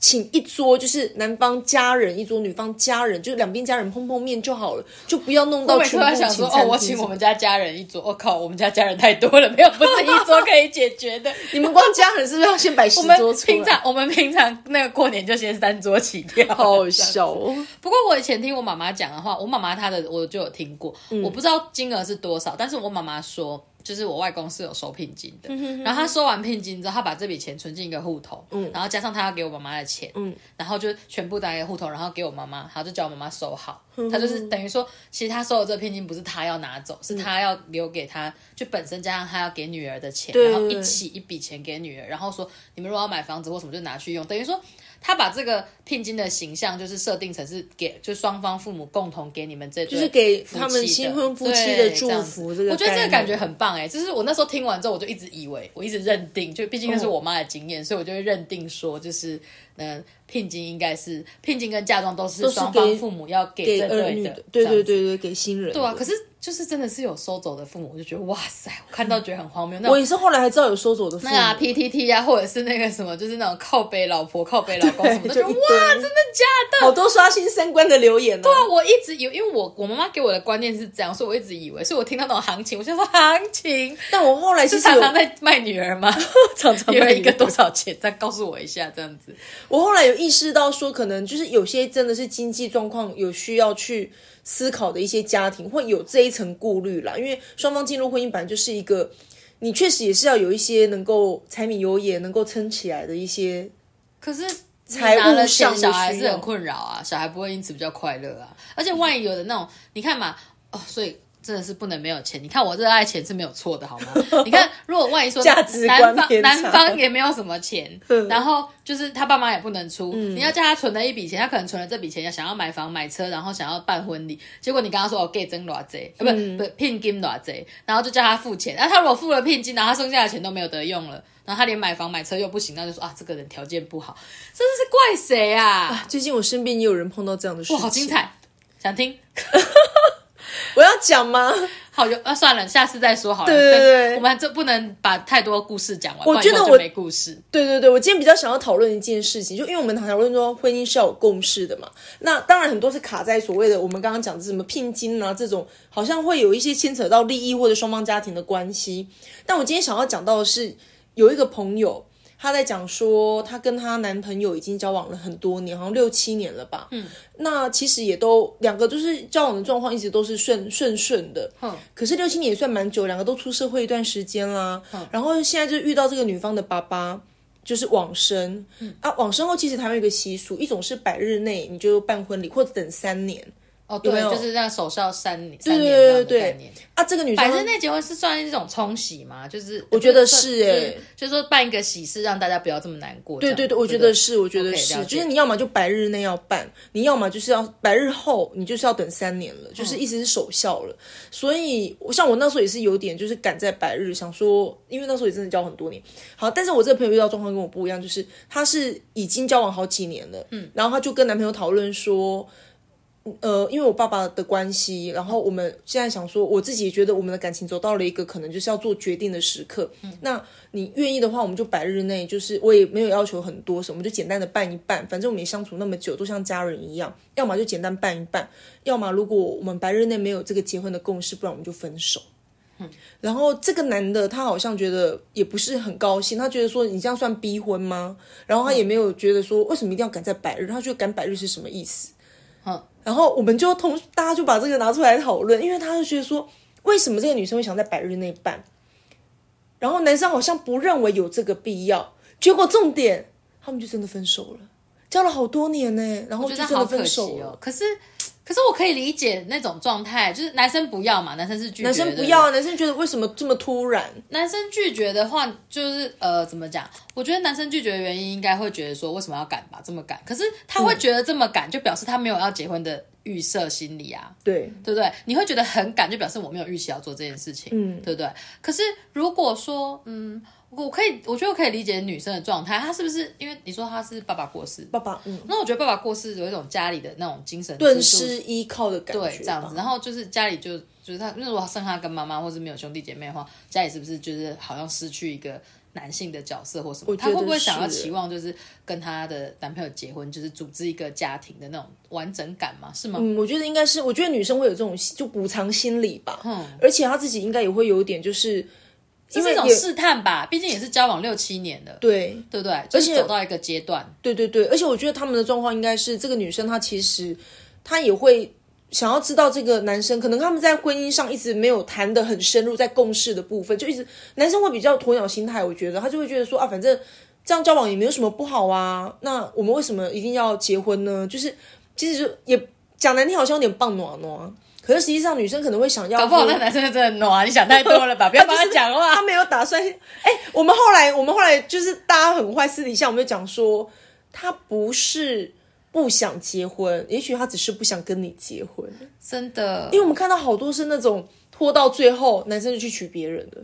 A: 请一桌，就是男方家人一桌，女方家人，就是两边家人碰碰面就好了，就不要弄到
B: 我每次
A: 全
B: 都
A: 部
B: 在
A: 请
B: 想说，
A: 餐
B: 哦，我
A: 厅
B: 请
A: 什
B: 我
A: 么
B: 们家家人一桌，我、靠，我们家家人太多了，没有不是一桌可以解决的。
A: 你们光家人是不是要先 摆十
B: 我们
A: 桌出来？
B: 平常我们平常那个过年就先三桌起跳，
A: 好好笑哦。
B: 不过我以前听我妈妈讲的话，我妈妈她的我就有听过，
A: 嗯
B: 我不知道金额是多少，但是我妈妈说，就是我外公是有收聘金的，
A: 嗯
B: 然后他收完聘金之后，他把这笔钱存进一个户头，
A: 嗯
B: 然后加上他要给我妈妈的钱，然后就全部打给户头，然后给我妈妈，然后就叫我妈妈收好，
A: 嗯
B: 他就是等于说，其实他收的这个聘金不是他要拿走，
A: 嗯
B: 是他要留给他，就本身加上他要给女儿的钱，
A: 对
B: 然后一起一笔钱给女儿，然后说你们如果要买房子或什么就拿去用，等于说。他把这个聘金的形象就是设定成是给，就双方父母共同给你们这对
A: 就是给
B: 夫妻
A: 他们新婚夫妻
B: 对
A: 的祝
B: 这样
A: 福
B: 子
A: 这个
B: 我觉
A: 概
B: 得这个
A: 念
B: 感觉很棒哎、就是我那时候听完之后，我就一直以为，我一直认定，就毕竟那是我妈的经验，所以我就会认定说，就是嗯、呃聘金应该是聘金跟嫁妆都是
A: 都是
B: 双方
A: 给
B: 父母要给
A: 给
B: 这
A: 儿
B: 对
A: 女
B: 的
A: 的，，对
B: 这样
A: 对
B: 子。
A: 对对，给新人。
B: 对啊，可是就是真的是有收走的父母，我就觉得哇塞，我看到觉得很荒谬。那
A: 我
B: 种
A: 也是后来才知道有收走的父
B: 那
A: 母。
B: 个啊 PTT 啊，或者是那个什么，就是那种靠背老婆、靠背老公什么的，
A: 对
B: 就
A: 就一
B: 哇，
A: 堆
B: 真的假的？
A: 好多刷新三观的留言哦。
B: 那我一直以为，因为我我妈妈给我的观念是这样，所以我一直以为，所以我听到那种行情，我就说行情
A: 但我后来其
B: 是
A: 实
B: 常
A: 有
B: 常在卖女儿吗？
A: 常 常
B: 女儿
A: 被
B: 一个
A: 你
B: 多少钱？再告诉我一下，这样子。
A: 我后来有意识到说，可能就是有些真的是经济状况有需要去思考的一些家庭，会有这一层顾虑啦。因为双方进入婚姻本来就是一个，你确实也是要有一些能够柴米油盐能够撑起来的一些。
B: 可是你
A: 财务
B: 拿了
A: 上
B: 钱，
A: 的
B: 小孩
A: 需
B: 是
A: 要
B: 很困扰啊，小孩不会因此比较快乐啊。而且万一有的那 种，你看嘛，哦，所以。真的是不能没有钱。你看我热爱钱是没有错的，好吗？你看，如果万一说
A: 价值观
B: 男方
A: 偏
B: 男
A: 差嗯
B: 方也没有什么钱，然后就是他爸妈也不能出，你要叫他存了一笔钱，他可能存了这笔钱要想要买房买车，然后想要办婚礼，结果你跟他说哦给增多少贼，呃
A: 嗯
B: 不不聘金多少贼，然后就叫他付钱，啊然后他如果付了聘金，然后他剩下的钱都没有得用了，然后他连买房买车又不行，那就说啊这个人条件不好，真的是怪谁啊？哦
A: 最近我身边也有人碰到这样的事情，
B: 哇，好精！彩，想听？
A: 我要讲吗？
B: 好，就啊算了，下次再说好了。
A: 对对对
B: 但我们这不能把太多故事讲完，
A: 我
B: 不然
A: 觉得
B: 以后就
A: 我
B: 没故事。
A: 对对对，我今天比较想要讨论一件事情，就因为我们讨论说婚姻是要有共识的嘛，那当然很多是卡在所谓的我们刚刚讲的什么聘金啊这种，好像会有一些牵扯到利益或者双方家庭的关系。但我今天想要讲到的是，有一个朋友她在讲说，她跟她男朋友已经交往了很多年，好像六七年了吧。嗯，那其实也都两个就是交往的状况一直都是顺顺顺的。
B: 嗯
A: 可是六七年也算蛮久，两个都出社会一段时间啦。然后现在就遇到这个女方的爸爸。就是往生、
B: 嗯
A: 啊，往生后其实台湾有一个习俗，一种是百日内你就办婚礼，或者等三年
B: 哦，对，
A: 没有
B: 就是让手上三年三
A: 对
B: 年这样的
A: 对对
B: 概念。
A: 啊。这个女
B: 百
A: 生
B: 日内结婚是算一种冲洗吗？就是
A: 我觉得是
B: 就
A: 欸
B: 就是说办一个喜事，让大家不要这么难过。
A: 对
B: 这
A: 对
B: 样
A: 对，我觉得是，我觉得
B: OK，
A: 是
B: 了解
A: 就是你要么就百日内要办，你要么就是要百日后，你就是要等三年了，
B: 嗯
A: 就是意思是守孝了。所以，我像我那时候也是有点就是赶在百日，想说，因为那时候也真的交往很多年。好，但是我这个朋友遇到状况跟我不一样，就是她是已经交往好几年了，嗯，然后她就跟男朋友讨论说。呃，因为我爸爸的关系，然后我们现在想说，我自己也觉得我们的感情走到了一个可能就是要做决定的时刻。那你愿意的话，我们就百日内，就是我也没有要求很多什么，我们就简单的办一办。反正我们也相处那么久，都像家人一样，要么就简单办一办，要么如果我们百日内没有这个结婚的共识，不然我们就分手。然后这个男的他好像觉得也不是很高兴，他觉得说你这样算逼婚吗？然后他也没有觉得说为什么一定要赶在百日，他觉得赶百日是什么意思？
B: 嗯
A: 然后我们就同大家就把这个拿出来讨论，因为他就觉得说，为什么这个女生会想在百日内办？然后男生好像不认为有这个必要，结果重点他们就真的分手了，交了好多年呢、然后
B: 我
A: 就
B: 觉得
A: 真
B: 好
A: 的
B: 可
A: 分
B: 惜
A: 手了。
B: 哦。可是，可是我可以理解那种状态，就是男生不要嘛，男生是拒绝，
A: 男生
B: 对
A: 不
B: 对
A: 要啊，男生觉得为什么这么突然？
B: 男生拒绝的话，就是呃，怎么讲？我觉得男生拒绝的原因应该会觉得说，为什么要赶吧，这么赶？可是他
A: 嗯
B: 会觉得这么赶，就表示他没有要结婚的预设心理啊，
A: 对，
B: 对不对？你会觉得很赶，就表示我没有预期要做这件事情，嗯，对不对？可是如果说，嗯，我可以，我觉得我可以理解女生的状态，她是不是因为你说她是爸爸过世？
A: 爸爸，嗯，
B: 那我觉得爸爸过世有一种家里的那种精神
A: 顿
B: 支柱
A: 失依靠的感觉吧，
B: 对，这样子。然后就是家里就就是他，如果剩他跟妈妈，或是没有兄弟姐妹的话，家里是不是就是好像失去一个男性的角色或什么？
A: 我觉
B: 他
A: 得
B: 会不会想要
A: 是
B: 期望就是跟她的男朋友结婚，就是组织一个家庭的那种完整感嘛？是吗？
A: 嗯，我觉得应该是，我觉得女生会有这种就补偿心理吧，
B: 嗯
A: 而且她自己应该也会有一点，就是
B: 这
A: 因
B: 是
A: 为
B: 一种
A: 也
B: 试探吧，毕竟也是交往六七年了，
A: 对，
B: 对不对？就是
A: 且
B: 走到一个阶段，
A: 对对对，而且我觉得他们的状况应该是，这个女生她其实她也会想要知道这个男生，可能他们在婚姻上一直没有谈得很深入，在共事的部分就一直男生会比较鸵鸟心态，我觉得他就会觉得说啊，反正这样交往也没有什么不好啊，那我们为什么一定要结婚呢？就是其实就也讲难听，好像有点棒暖暖。可是实际上，女生可能会想要
B: 搞不好
A: 说
B: 那男生真的暖，你想太多 了吧？不要帮他讲
A: 他
B: 话。
A: 没有打算。哎、我们后来，我们后来就是大家很坏，私底下我们就讲说，他不是不想结婚，也许他只是不想跟你结婚。
B: 真的
A: 因为我们看到好多是那种拖到最后，男生就去娶别人的，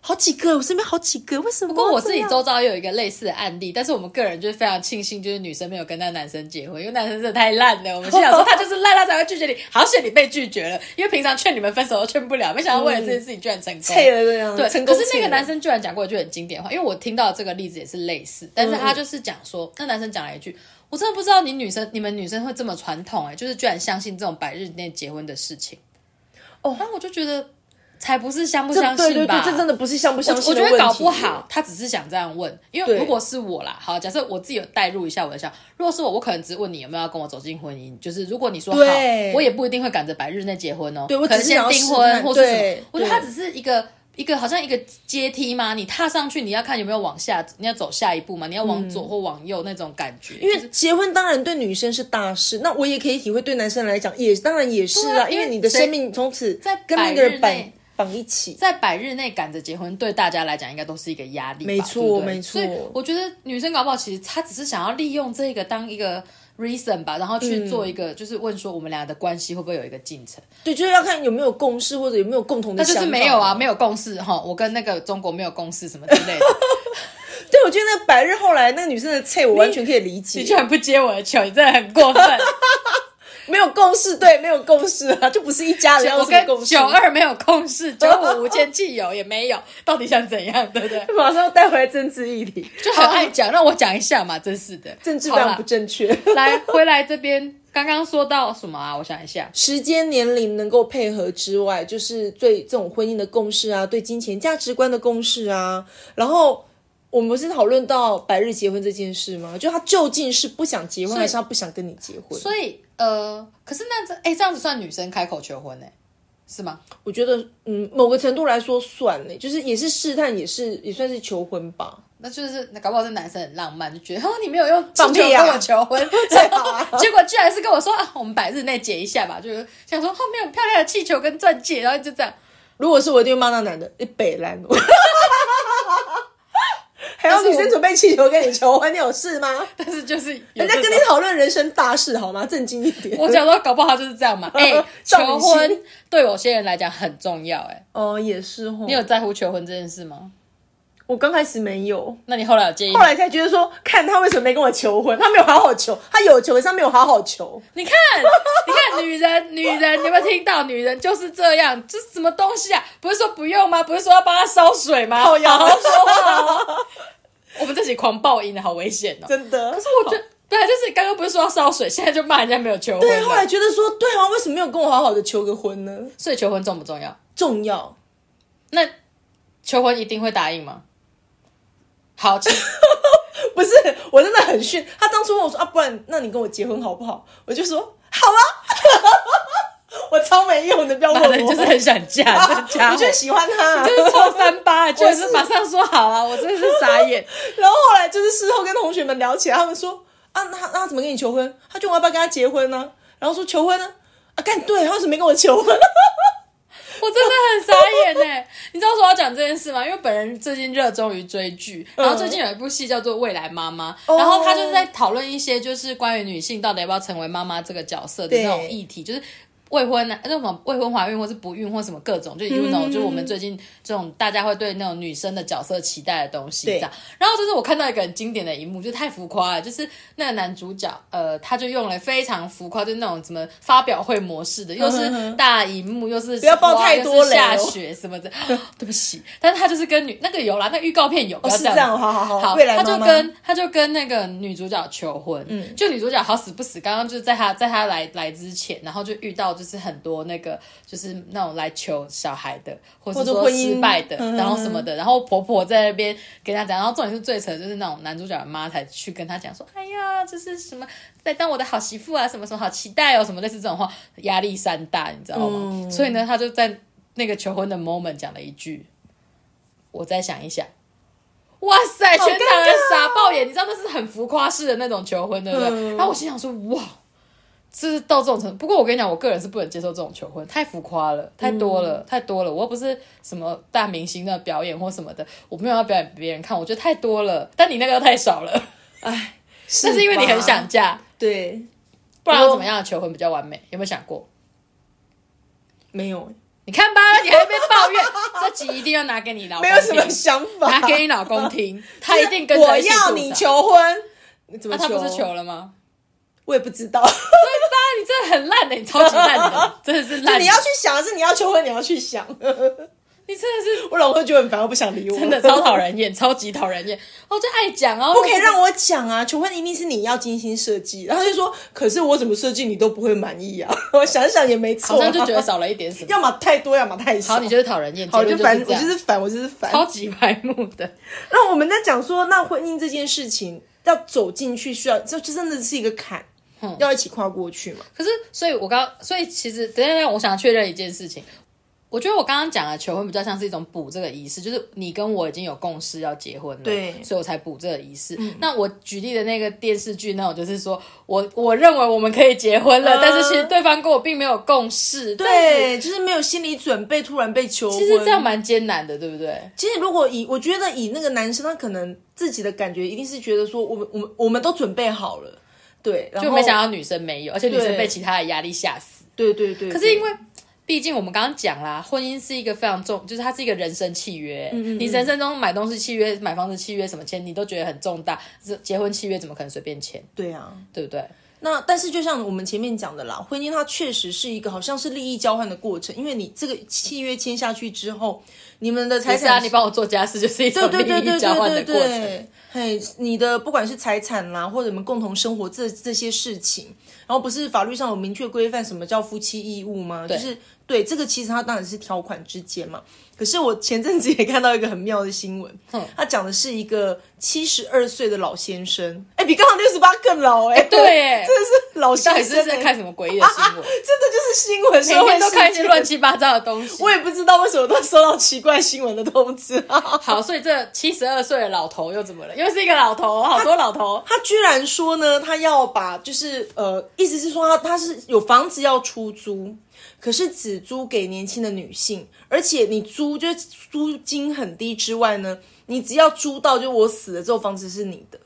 A: 好几个，我身边好几个，为什么？不
B: 不过我自己周遭也有一个类似的案例，但是我们个人就是非常庆幸，就是女生没有跟那男生结婚，因为男生真的太烂了。我 们心想说他就是烂，他才会拒绝你。好险你被拒绝了，因为平常劝你们分手都劝不了，没想到为了这件事情居然成功。
A: 配了 这样，
B: 对，
A: 成功
B: 可是那
A: 配
B: 个
A: 了
B: 男生居然讲过一句很经典的话，因为我听到这个例子也是类似，但是他
A: 嗯
B: 就是讲说，那男生讲了一句，我真的不知道你女生你们女生会这么传统哎、就是居然相信这种百日内结婚的事情。
A: 哦
B: 然后我就觉得才不是相不
A: 这
B: 相
A: 对
B: 信
A: 对
B: 吧，
A: 对，这真的不是相不相
B: 我
A: 信
B: 觉
A: 的
B: 得
A: 问
B: 搞
A: 题
B: 不好，他只是想这样问，因为
A: 对
B: 如果是我啦，好，假设我自己有代入一下我的想，如果是我，我可能只是问你有没有要跟我走进婚姻，就是如果你说好
A: 对，
B: 我也不一定会赶着百日内结婚哦，
A: 对我
B: 可能
A: 只是想要
B: 先订
A: 试
B: 婚
A: 探
B: 或是什么
A: 对，
B: 我觉得他
A: 对
B: 只是一个。一个好像一个阶梯嘛，你踏上去，你要看有没有往下，你要走下一步嘛，你要往左或往右那种感觉。
A: 嗯因
B: 就
A: 为
B: 是
A: 结婚当然对女生是大事，那我也可以体会，对男生来讲也当然也是
B: 对啊
A: 啊，因
B: 因为
A: 为你的
B: 谁
A: 生命从此
B: 在
A: 跟
B: 百
A: 那个
B: 日
A: 人绑
B: 内
A: 绑一起。
B: 在百日内赶着结婚，对大家来讲应该都是一个压力吧。
A: 没错
B: 对不对
A: 没错
B: 所以我觉得女生搞不好其实她只是想要利用这个当一个 reason 吧，然后去做一个、就是问说我们俩的关系会不会有一个进程？
A: 对，就是要看有没有共识或者有没有共同的嗯
B: 那
A: 想
B: 就
A: 法。
B: 是没有啊，。没有共识哈。我跟那个中国没有共识什么之 类的。
A: 对，我觉得那个百日后来那个女生的菜，我完全可以理解。
B: 你居然不接我的球，你真的很过分。
A: 没有共识，对，没有共识啊，就不是一家人要
B: 我
A: 有什么
B: 跟
A: 共识
B: 九。二没有共识，九五无间弃友也没有， 到底想怎样，对不对？
A: 马上带回来政治议题，
B: 就很爱讲，让我讲一下嘛，真是的，
A: 政治非
B: 好
A: 常
B: 啦
A: 不正确。
B: 来回来这边，刚刚说到什么啊？我想一下，
A: 时间、年龄能够配合之外，就是对这种婚姻的共识啊，对金钱价值观的共识啊。然后我们不是讨论到百日结婚这件事吗？就他究竟是不想结婚，还是他不想跟你结婚？
B: 所以呃，可是那这哎、这样子算女生开口求婚呢、是吗？
A: 我觉得，嗯，某个程度来说算了，就是也是试探，也是也算是求婚吧。
B: 那就是那搞不好这男生很浪漫，就觉得哦你没有用
A: 放屁
B: 气球
A: 啊
B: 跟我求婚，
A: 最好啊
B: 结果居然是跟我说啊，我们百日内结一下吧，就是想说后哦面有漂亮的气球跟钻戒，然后就这样。
A: 如果是我，一定会骂那男的，你北兰。 还有女生准备气球跟你求婚，你有事 吗？
B: 但是就是有
A: 人家
B: 这
A: 跟你
B: 种
A: 讨论人生大事好吗？正经一点。
B: 我想说，搞不好就是这 样嘛。哎、
A: 少
B: 求
A: 女心
B: 婚对有些人来讲很重要、哎，
A: 哦，也是哦。
B: 你有在乎求婚这件事吗？
A: 我刚开始没有，
B: 那你后来有介意吗
A: 后？来才觉得说，看他为什么没跟我求婚，他没有好好求，他有求，可是他没有好好求。
B: 你看，你看，女人，女人，你有没有听到？女人就是这样，这是什么东西啊？不是说不用吗？不是说要帮她烧水吗？
A: 靠腰
B: 好好说话哦。 我们这集狂爆音的好危险哦。
A: 真的。可是
B: 我觉得对啊，就是刚刚不是说要烧水，现在就骂人家没有求婚
A: 对，后来
B: 了。
A: 觉得说，对啊，为什么没有跟我好好的求个婚呢？
B: 所以求婚重不重要？
A: 重要。
B: 那求婚一定会答应吗？好，其
A: 不是，我真的很逊。他当初问我说啊，不然那你跟我结婚好不好？我就说好 啊，我超没用的，不要问
B: 妈
A: 我。
B: 的，就是很想嫁这
A: 啊，
B: 家
A: 我
B: 伙
A: 就，喜欢他、啊。
B: 就是臭三 八，就
A: 我
B: 是
A: 是
B: 马上说好啊！我真的是傻眼。
A: 然后后来就是事后跟同学们聊起来，他们说啊，那他那他怎么跟你求婚？他就问我要不要跟他结婚呢、然后说求婚呢、啊？干对，他为什么没跟我求婚？
B: 我真的很傻眼哎、你知道为什么要讲这件事吗？因为本人最近热衷于追剧，
A: 嗯
B: 然后最近有一部戏叫做《未来妈妈》，
A: 哦
B: 然后他就是在讨论一些就是关于女性到底要不要成为妈妈这个角色的
A: 对
B: 那种议题，就是。未婚啊，那什么未婚怀孕或是不孕或什么各
A: 嗯
B: 种，就 you know，、就是我们最近这种大家会对那种女生的角色期待的东西这
A: 对
B: 样。然后就是我看到一个很经典的一幕，就太浮夸了，就是那个男主角，呃，他就用了非常浮夸，就是那种什么发表会模式的，又
A: 嗯
B: 是大荧幕，又是
A: 不要爆
B: 哇
A: 太
B: 又是
A: 多雷
B: 下
A: 哦
B: 雪什么的。对不起，但是他就是跟女那个有啦，那个预告片有，不要
A: 哦是
B: 这样
A: 这
B: 子。
A: 样好好好
B: 好，
A: 未来
B: 他
A: 妈
B: 就
A: 妈嗯
B: 跟他就跟那个女主角求婚，就女主角好死不死，刚刚就是在他在他来来之前，然后就遇到就是很多那个就是那种来求小孩的，或者
A: 或者
B: 说
A: 婚姻
B: 失败的，
A: 嗯
B: 然后什么的，然后婆婆在那边跟他讲，然后重点是最扯的就是那种男主角的妈才去跟他讲说，哎呀，就是什么在当我的好媳妇啊，什么什么好期待哦，什么类似这种话，压力山大，你知道吗？
A: 嗯
B: 所以呢，他就在那个求婚的 moment 讲了一句，我再想一想。哇塞，全
A: 好
B: 场
A: 尴尬啊
B: 人傻爆眼，你知道那是很浮夸式的那种求婚，对不对？
A: 嗯
B: 然后我心想说，哇，这是到这种程度。不过我跟你讲，我个人是不能接受这种求婚，太浮夸了，太多了，
A: 嗯
B: 太多了。我又不是什么大明星的表演或什么的，我没有要表演给别人看，我觉得太多了。但你那个又太少了，
A: 哎，
B: 那是因为你很想嫁，
A: 对，
B: 不然要怎么样的求婚比较完美？有没有想过？
A: 没有，
B: 你看 吧，你还被抱怨，这集一定要拿给你老公
A: 没
B: 听，
A: 有什么想法
B: 拿。给你老公听，他一定跟着
A: 我
B: 一起
A: 要
B: 吐
A: 你
B: 槽。
A: 求婚，你怎
B: 那、
A: 么
B: 他
A: 求？
B: 不是求了吗？
A: 我也不知道。
B: 啊，你真的很烂的、你超级 烂的，真的是烂
A: 就
B: 人。
A: 你要去想，还是你要求婚，你要去想。
B: 你真的是
A: 我老公就觉得很烦，我不想理我，
B: 真的超讨。人厌，超级讨人厌。我就爱讲哦，
A: 不可以让我讲啊！求婚一定是你要精心设计，然后他就说，可是我怎么设计你都不会满意啊！ 我想想也没错、
B: 好
A: 啊，
B: 像就觉得少了一点什么。
A: 要么太多，要么太少。
B: 好，你就是讨人厌，
A: 好，
B: 结
A: 就
B: 论
A: 烦，
B: 是这
A: 我就
B: 样，
A: 是烦，我就是烦。
B: 超级白目的。
A: 那我们在讲说，那婚姻这件事情要走进去，需要这这真的是一个坎，
B: 嗯
A: 要一起跨过去嘛？
B: 可是，所以我刚，所以其实，等一下等一下，我想确认一件事情。我觉得我刚刚讲的求婚比较像是一种补这个仪式，就是你跟我已经有共识要结婚了，
A: 对嗯
B: 所以我才补这个仪式。那我举例的那个电视剧，那我就是说我我认为我们可以结婚了，
A: 嗯
B: 但是其实对方跟我并没有共识，这样子
A: 对，就是没有心理准备，突然被求婚。
B: 其实这样蛮艰难的，对不对？
A: 其实如果以我觉得以那个男生，他可能自己的感觉一定是觉得说，我们我们我们都准备好了，对，然后
B: 就没想到女生没有，而且女生
A: 对
B: 被其他的压力吓死。
A: 对对对，
B: 可
A: 可
B: 是因为，毕竟我们刚刚讲啦，婚姻是一个非常重，就是它是一个人生契约。
A: 嗯
B: 你人生中买东西契约、买房子契约什么签，你都觉得很重大，这结婚契约怎么可能随便签，
A: 对啊，
B: 对不对？
A: 那但是就像我们前面讲的啦，婚姻它确实是一个好像是利益交换的过程，因为你这个契约签下去之后，你们的财
B: 是啊，
A: 产
B: 你帮我做家事就是一种
A: 对对
B: 利益
A: 对对
B: 交换
A: 对
B: 的
A: 对
B: 过程。
A: 对，嘿，你的不管是财产啦，或者你们共同生活这这些事情，然后不是法律上有明确规范什么叫夫妻义务吗？就是对这个，其实它当然是条款之间嘛。可是我前阵子也看到一个很妙的新闻，他讲的是一个七十二岁的老先生，哎，比刚好六十八更老哎、
B: 对耶
A: 真的是老
B: 到
A: 先
B: 底
A: 生、
B: 是
A: 哎
B: 在看什么诡异的新 闻？
A: 真的就是新闻，社
B: 每
A: 会
B: 天都
A: 事
B: 看一些
A: 件
B: 乱。七八糟的东西。
A: 我也不知道为什么都收到奇怪新闻的通知、啊。
B: 好，所以这七十二岁的老头又怎么了？又是一个老头，好多老头。
A: 他居然说呢，他要把就是呃，意思是说他他是有房子要出租，可是只租给年轻的女性，而且你租就是租金很低之外呢，你只要租到就我死了之后房子是你的，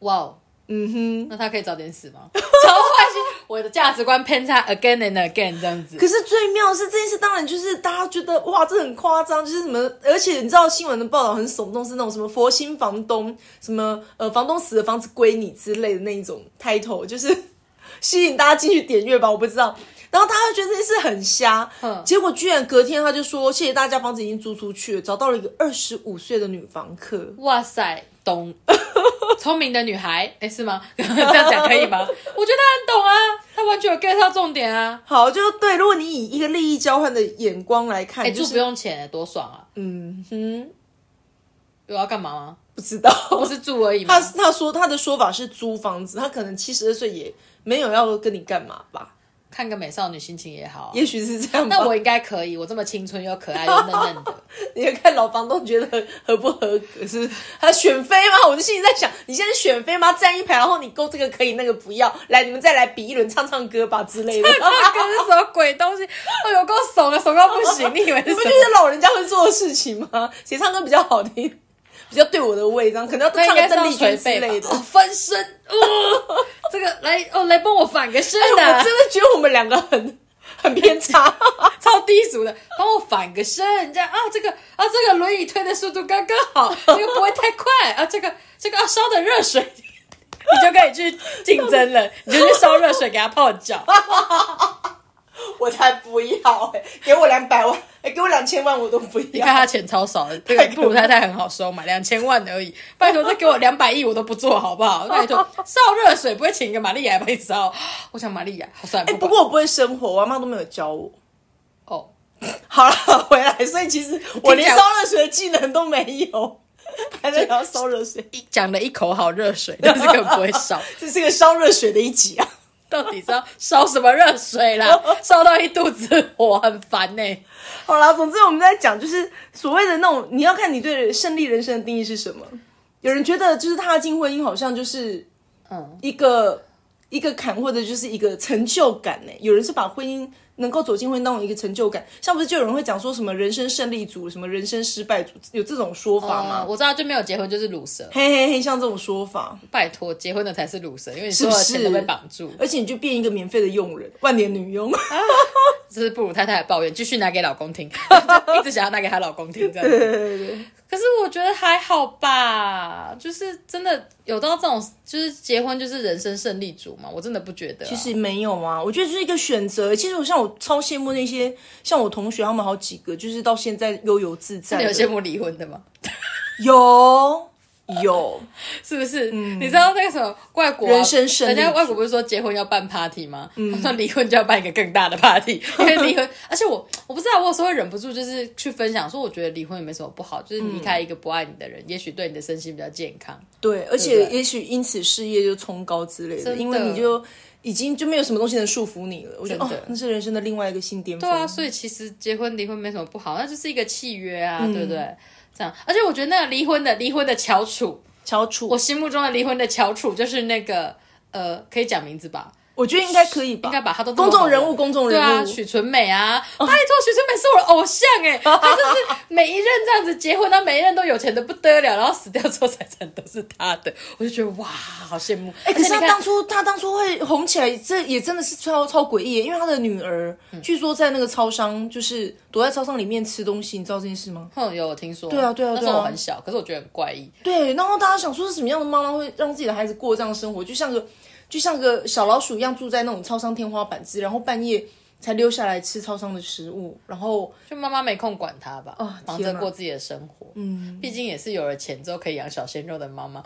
B: 哇哦，嗯哼，那他可以早点死吗？超坏心，我的价值观偏差 again and again 这样子。
A: 可是最妙的是这件事，当然就是大家觉得哇，这很夸张，就是什么，而且你知道新闻的报道很耸动，是那种什么佛心房东，什么呃房东死了房子归你之类的那一种 title，就是 吸引大家进去点阅吧，我不知道。然后大家就觉得这件事很瞎，
B: 嗯
A: 结果居然隔天他就说谢谢大家，房子已经租出去了，找到了一个二十五岁的女房客。
B: 哇塞，懂， 聪明的女孩，哎、是吗？ 这样讲可以 吗？我觉得她很懂啊，她完全有 get 到重点啊。
A: 好，就对，如果你以一个利益交换的眼光来看，
B: 哎、
A: 就
B: 住不
A: 是
B: 用钱，多爽啊！
A: 嗯哼，
B: 有要干嘛吗？
A: 不知道，
B: 不是住而已吗
A: 他？他说他的说法是租房子，他可能七十二岁也没有要跟你干嘛吧，
B: 看个美少女心情也好啊、
A: 也许是这样吧。
B: 那我应该可以，我这么青春又可爱又嫩嫩 的，
A: 你也看老房东觉得合不合格，是不是他选妃吗？我就心里在想，你现在选妃吗？站一排，然后你勾这个可以，那个不要，来你们再来比一轮，唱唱歌吧之类 的。
B: 那个是什么鬼东西？哦，有够怂的，怂到不 行！你以为是
A: 你不
B: 什
A: 觉
B: 么？
A: 得老人家会做的事情吗？谁唱歌比较好听，比较对我的胃，这样可能要
B: 那应
A: 唱个
B: 该是
A: 邓
B: 要
A: 丽君
B: 捶
A: 之类
B: 背
A: 的
B: 吧。。哦，翻身，哦，这个来哦，来帮我反个身
A: 哎、
B: 啊！
A: 我真的觉得我们两个很很偏差。
B: 超低俗的，帮我反个身，这样啊，这个啊，这个轮椅推的速度刚刚好，这个不会太快啊，这个这个啊，烧的热水，你就可以去竞争了，你就去烧热水给他泡脚，
A: 我才不要哎、给我两百万，哎、给我两千万我都不
B: 你
A: 要。
B: 看他钱超少的，这个布鲁太太很好收买，两千万而已，拜托再给我两百亿我都不做好不好？拜托烧热水不会请一个玛丽亚来帮你烧，我想玛丽亚，好算了，
A: 哎、
B: 不
A: 不
B: 管
A: 过我不会生活，我阿妈都没有教我。
B: 哦，
A: 好了， 回来，所以其实我连
B: 听
A: 烧
B: 起来
A: 热水的技能都没有， 还在聊烧热水，
B: 一讲了一口好热水，但是根本不会烧。
A: 这是个烧热水的一集啊。
B: 到底是要烧什么热水 啦？烧到一肚子火，很烦呢、
A: 好啦，总之我们在讲就是所谓的那种，你要看你对胜利人生的定义是什么。有人觉得就是踏进婚姻好像就是
B: 嗯，
A: 一个一个坎，或者就是一个成就感呢。有人是把婚姻能够走进婚姻当中一个成就感，像不是就有人会讲说什么人生胜利组，什么人生失败组，有这种说法吗？
B: 哦我知道就没有结婚就是卤蛇，
A: 嘿嘿嘿，像这种说法，
B: 拜托，结婚的才是卤蛇，因为你所有的钱都被绑住。
A: 而且你就变一个免费的佣人，万年女佣。
B: 这是布鲁太太的抱怨，继续拿给老 公听，就一直想要拿给她老公听这样子。可是我觉得还好吧，就是真的有到这种，就是结婚就是人生胜利组嘛，我真的不觉得啊、
A: 其实没有啊，我觉得就是一个选择。欸其实我像我超羡慕那些像我同学，他们好几个就是到现在悠游自在
B: 你
A: 的。
B: 有羡慕离婚的吗？
A: 有有，
B: 是不是？你知道那个什么外国
A: 嗯
B: 啊、
A: 人生胜利嗯
B: 人家外国不是说结婚要办 party 吗？他说离婚就要办一个更大的 party，因为离婚，而且我我不知道，我有时候会忍不住就是去分享说，我觉得离婚也没什么不好，就是
A: 嗯
B: 离开一个不爱你的人，也许对你的身心比较健康。
A: 对，而
B: 对
A: 且
B: 不对
A: 也许因此事业就冲高之类的，
B: 真的
A: 因为你就已经就没有什么东西能束缚你了。我觉得
B: 真
A: 哦
B: 的，
A: 那是人生的另外一个新巅峰。
B: 对啊，所以其实结婚离婚没什么不好，那就是一个契约啊，
A: 嗯
B: 对不对？这样，而且我觉得那个离婚的离婚的翘楚，
A: 乔楚，
B: 我
A: 我
B: 心目中的离婚的翘楚就是那个呃，可以讲名字吧？
A: 我觉得应该可以吧，
B: 应该把他都
A: 公众人物，公众
B: 对啊，
A: 人物。哦
B: 许纯美啊，拜托，许纯美是我的偶像 哎，她就是每一任这样子结婚，她每一任都有钱的不得了，然后死掉之后财产都是她的，我就觉得哇，好羡慕。
A: 哎、
B: 哎
A: 可是他
B: 看
A: 当初他当初会红起来，这也真的是超超诡异耶，因为他的女儿、
B: 嗯
A: 据说在那个超商，就是躲在超商里面吃东西，你知道这件事吗？
B: 哼，有我听说，
A: 对啊对啊
B: 那时
A: 对啊
B: 候我很小，可是我觉得很怪异，
A: 对，然后大家想说是什么样的妈妈会让自己的孩子过这样的生活，就像个就像个小老鼠一样住在那种超商天花板之，然后半夜才溜下来吃超商的食物，然后
B: 就妈妈没空管他吧，
A: 啊
B: 忙
A: 天
B: 着
A: 哪
B: 过自己的生活。嗯，毕竟也是有了钱之后可以养小鲜肉的妈妈。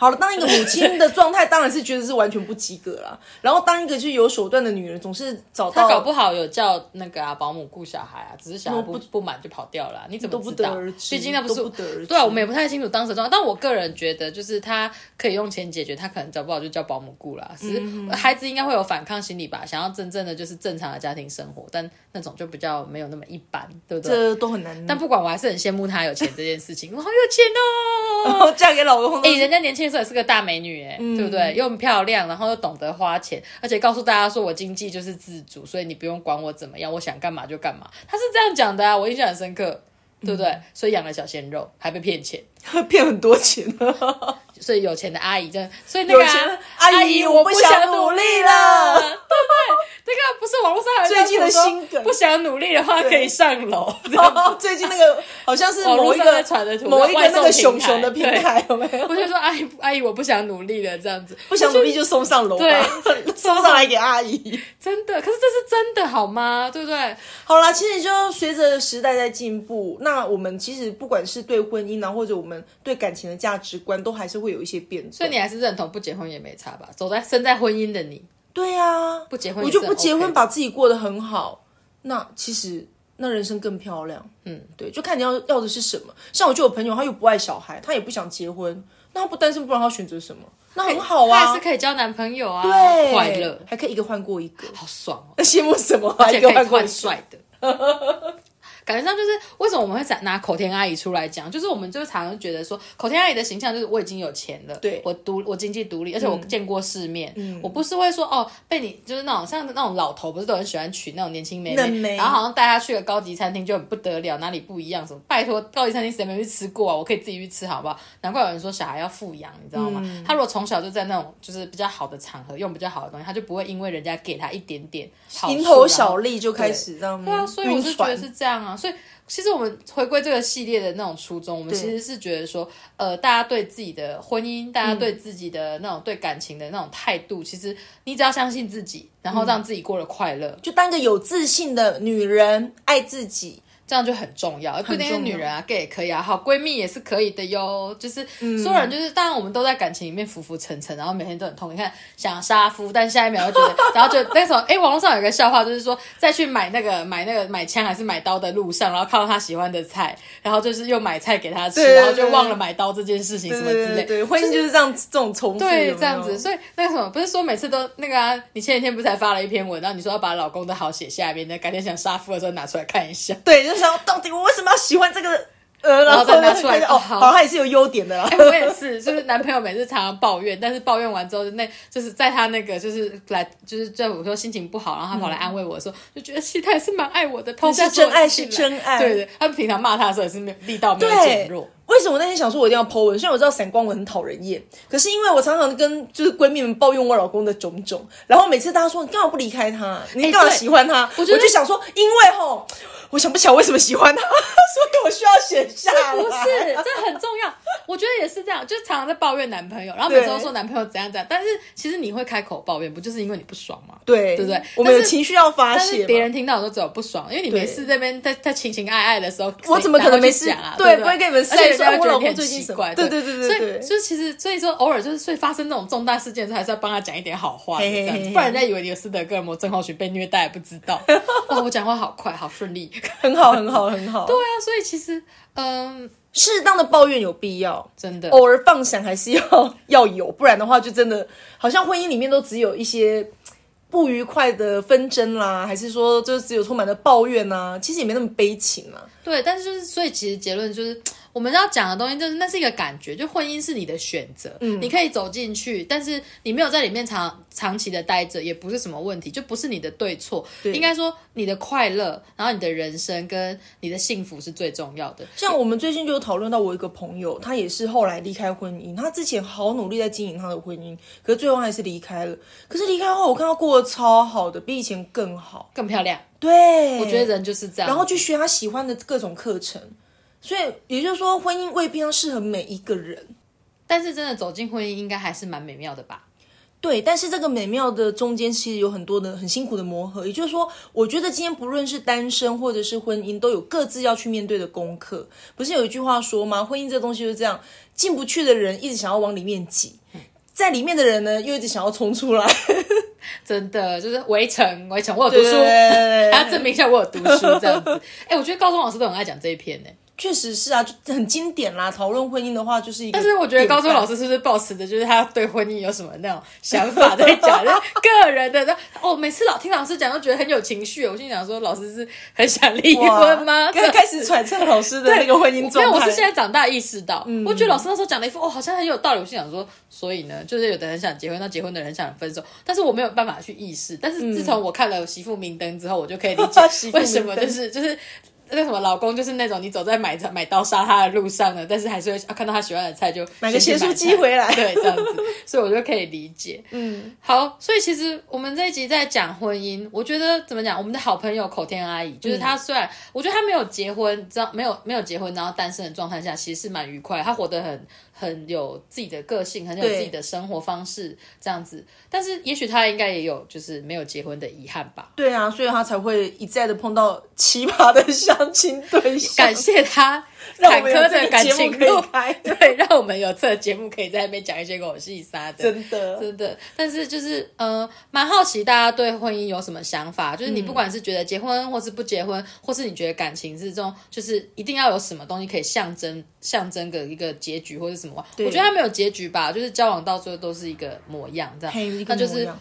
A: 好了，当一个母亲的状态，当然是觉得是完全不及格啦。然后当一个就是有手段的女人，总是找
B: 她
A: 到
B: 搞不好有叫那个啊保姆顾小孩啊，只是小孩
A: 我
B: 不
A: 不
B: 不满就跑掉了啊、你怎么
A: 不
B: 知
A: 得
B: 道
A: 而？知
B: 毕竟那不是
A: 都不得而知
B: 对啊，我们也不太清楚当时的状况。但我个人觉得，就是她可以用钱解决，她可能找不好就叫保姆顾啦。只
A: 嗯
B: 是孩子应该会有反抗心理吧，想要真正的就是正常的家庭生活，但那种就比较没有那么一般，对不对？
A: 这都很难。
B: 但不管，我还是很羡慕她有钱这件事情，我好有钱 哦。
A: 嫁给老公都
B: 哎、
A: 是嗯
B: 人家年轻的时候也是个大美女、哎、对不对？又很漂亮，然后又懂得花钱，而且告诉大家说我经济就是自主，所以你不用管我怎么样，我想干嘛就干嘛。她是这样讲的啊，我印象很深刻，对不对？
A: 嗯
B: 所以养了小鲜肉，还被骗钱，
A: 骗很多钱了。
B: 所以有钱的阿姨真的，所以那
A: 有
B: 个啊、
A: 钱了
B: 阿
A: 阿姨我不想努力了
B: 对不 对？这个不是网络上还有
A: 最近的
B: 在说
A: 心梗
B: 不想努力的话可以上楼。
A: 最近那个好像是
B: 哦网络
A: 某一
B: 上在
A: 个
B: 传的图
A: 某一个
B: 外
A: 那
B: 送
A: 个
B: 平
A: 熊熊的
B: 台
A: 平
B: 对
A: 台有没有？
B: 我就说阿姨，阿姨，我不想努力了，这样子
A: 不想努力就送上楼吧，
B: 对
A: 送上来给阿姨。
B: 真的，可是这是真的好吗？对不对？
A: 好啦，其实就随着时代在进步，那我们其实不管是对婚姻啊，或者我们对感情的价值观，都还是会有一些变动。
B: 所以你还是认同不结婚也没差吧？走在身在婚姻的你，
A: 对啊，
B: 不结婚
A: 我
B: 也是
A: 就
B: 很
A: 不结
B: OK
A: 婚，
B: 的
A: 把自己过得很好。那其实那人生更漂亮。嗯，对，就看你要要的是什么。像我就有朋友，他又不爱小孩，他也不想结婚，那他不单身，不然他选择什么？那很好
B: 他还
A: 啊
B: 是，可以交男朋友啊，
A: 对，
B: 快乐，
A: 还可以一个换过一个，
B: 好爽哦，
A: 那羡慕什么啊？
B: 而
A: 一
B: 且
A: 个
B: 可以
A: 换过一
B: 换
A: 个
B: 帅的。 感觉上就是为什么我们会拿拿口天阿姨出来讲，就是我们就常常觉得说，口天阿姨的形象就是我已经有钱了，
A: 对嗯
B: 我独我经济独立，而且我见过世面，我不是会说哦被你就是那种像那种老头不是都很喜欢娶那种年轻妹
A: 嫩
B: 妹，
A: 妹
B: 然后好像带她去了高级餐厅就很不得了，哪里不一样什么？拜托
A: 嗯
B: 高级餐厅谁没去吃过啊？我可以自己去吃好不好？难怪有人说小孩要富养，你知道吗？
A: 嗯
B: 他如果从小就在那种就是比较好的场合用比较好的东西，他就不会因为人家给他一点点好处
A: 蝇头
B: 然后
A: 小利就开始这样
B: 对啊，所以我
A: 晕
B: 是觉
A: 船
B: 得是这样啊。所以其实我们回归这个系列的那种初衷，我们其实是觉得说，呃，大家对自己的婚姻，大家
A: 嗯
B: 对自己的那种对感情的那种态度，其实你只要相信自己，
A: 嗯
B: 然后让自己过得快乐，
A: 就当个有自信的女人，爱自己。
B: 这样就很重要。不一定是
A: 重要
B: 女人啊，gay 也可以啊，好闺蜜也是可以的哟。就是、
A: 嗯
B: 所有人，就是当然我们都在感情里面浮浮沉沉，然后每天都很痛。你看想杀夫，但下一秒又觉得， 然后就那时候，哎、网络上有一个笑话，就是说再去买那个买那个买枪还是买刀的路上，然后看到他喜欢的菜，然后就是又买菜给他吃，
A: 对对
B: 然后就
A: 对
B: 忘了买刀这件事情什么之类。
A: 对，婚姻就是这样，这种重复，有没
B: 对，
A: 有
B: 这样子，所以那个什么，不是说每次都那个啊？你前几天不是才发了一篇文，然后你说要把老公的好写下面，那改天想杀夫的时候拿出来看一下。
A: 对，就想到底我为什么要喜欢这个？呃，
B: 然后再拿出来
A: 看一下哦，
B: 好
A: 好，像也是有优点的啦
B: 哎、。我也是，就是男朋友每次常常抱怨，但是抱怨完之后，那就是在他那个就是来就是在我说心情不好，然后他跑来安慰我说，就觉得其实他也是蛮爱我的，抛下
A: 嗯哦是真
B: 所有
A: 爱
B: 事情
A: 是
B: 来
A: 真爱
B: 对对，他平常骂他的时候也是没有力道没有
A: 对
B: 减 弱。，
A: 为什么我那天想说我一定要 Po 文？虽然我知道闪光文很讨人厌，可是因为我常常跟就是闺蜜们抱怨我老公的种种，然后每次大家说你干嘛不离开他？你干嘛
B: 哎对
A: 喜欢他？
B: 我
A: 我
B: 觉得
A: 就想说，因为吼，我想不起来为什么喜欢他， 所以我需要写下来。
B: 不是，这很重要。我觉得也是这样，就常常在抱怨男朋友，然后每次都
A: 对
B: 说男朋友怎样怎样，但是其实你会开口抱怨，不就是因为你不爽吗？
A: 对
B: 对不对
A: 我们有
B: 但是
A: 情绪要发
B: 但
A: 泄
B: 是
A: 嘛，
B: 别人听到都只有不爽，因为你没
A: 对
B: 事这边在在情情爱爱的时候，
A: 我怎么可能没事
B: 谁哪会去讲啊？
A: 对
B: 不
A: 不会跟你们晒
B: 而且
A: 说
B: 人家
A: 哎我
B: 觉得
A: 老
B: 你很
A: 公最近
B: 奇
A: 什么
B: 怪，
A: 对
B: 对
A: 对对对对
B: 所以就其实所以说偶尔就是所以发生那种重大事件的时候，还是要帮他讲一点好话，
A: 嘿嘿
B: 这样
A: 嘿
B: 子，
A: 嘿
B: 不然人家以为你有斯德哥尔摩症候群被虐待也不知道。哇，我讲话好快，好顺利。对
A: 很好，很好，很 好。对，
B: 啊，所以其实嗯，
A: 适当的抱怨有必要，
B: 真的。
A: 偶尔放闪还是要要有，不然的话就真的好像婚姻里面都只有一些不愉快的纷争啦，还是说就只有充满了抱怨啊，其实也没那么悲情啊。
B: 对，但是就是，所以其实结论就是，我们要讲的东西就是，那是一个感觉，就婚姻是你的选择，
A: 嗯
B: 你可以走进去，但是你没有在里面长长期的待着，也不是什么问题，就不是你的对错，
A: 对
B: 应该说你的快乐，然后你的人生跟你的幸福是最重要的。
A: 像我们最近就有讨论到，我一个朋友，他也是后来离开婚姻，他之前好努力在经营他的婚姻，可是最后还是离开了。可是离开后，我看他过得超好的，比以前更好。
B: 更漂亮，
A: 对，
B: 我觉得人就是这样。
A: 嗯然后去学他喜欢的各种课程。所以也就是说，婚姻未必要适合每一个人。
B: 但是真的走进婚姻，应该还是蛮美妙的吧？
A: 对，但是这个美妙的中间其实有很多的很辛苦的磨合，也就是说，我觉得今天不论是单身或者是婚姻，都有各自要去面对的功课。不是有一句话说吗？婚姻这东西就是这样，进不去的人一直想要往里面挤，在里面的人呢又一直想要冲出来。
B: 真的就是围城，围城，我有读书，
A: 对对对
B: 还要证明一下我有读书这样子。哎、我觉得高中老师都很爱讲这一篇呢、
A: 确实是啊，就很经典啦。讨论婚姻的话，就是一个典范。
B: 但是我觉得高中老师是不是抱持的就是他对婚姻有什么那种想法在 讲，就是个人的那哦，每次老听老师讲都觉得很有情绪。我心里想说，老师是很想离
A: 哇
B: 婚吗？
A: 开开始揣测老师的那个婚姻
B: 没有，
A: 状
B: 我是
A: 态。嗯
B: 现在长大意识到，我觉得老师那时候讲的一副哦，好像很有道理。我心想说，所以呢，就是有的人想结婚，那结婚的人想分手，但是我没有办法去意识。但是自从我看了《媳妇明灯》之后，我就可以理
A: 嗯 媳
B: 解
A: 妇明灯
B: 为什么就是就是。那什么，老公就是那种你走在买菜买刀杀他的路上呢，但是还是会、啊、看到他喜欢的菜就
A: 买个
B: 先去
A: 咸酥
B: 买
A: 鸡回来
B: 菜对，这样子，所以我就可以理解。
A: 嗯，
B: 好，所以其实我们这一集在讲婚姻，我觉得怎么讲，我们的好朋友口天阿姨，
A: 嗯
B: 就是她虽然、我觉得她没有结婚，知道没有没有结婚，然后单身的状态下，其实是蛮愉快，她活得很很有自己的个性，很有
A: 对
B: 自己的生活方式这样子。但是也许她应该也有就是没有结婚的遗憾 吧。
A: 对啊，所以他才会一再的碰到奇葩的相亲对象。
B: 感谢她
A: 让
B: 坎
A: 我们有
B: 坷
A: 这
B: 的
A: 个
B: 感
A: 节目
B: 情
A: 可以
B: 路，
A: 开，
B: 对，让我们有这个节目可以在那边讲一些狗屁撒的。
A: 真的。
B: 真的，但是就是呃，蛮好奇大家对婚姻有什么想法？就是
A: 嗯
B: 你不管是觉得结婚，或是不结婚，或是你觉得感情是这种，就是一定要有什么东西可以象征象征个一个结局或者什么？我
A: 对
B: 觉得他没有结局吧，就是交往到最后都是一个模样这样。
A: 嘿一个
B: 那就
A: 模
B: 是
A: 样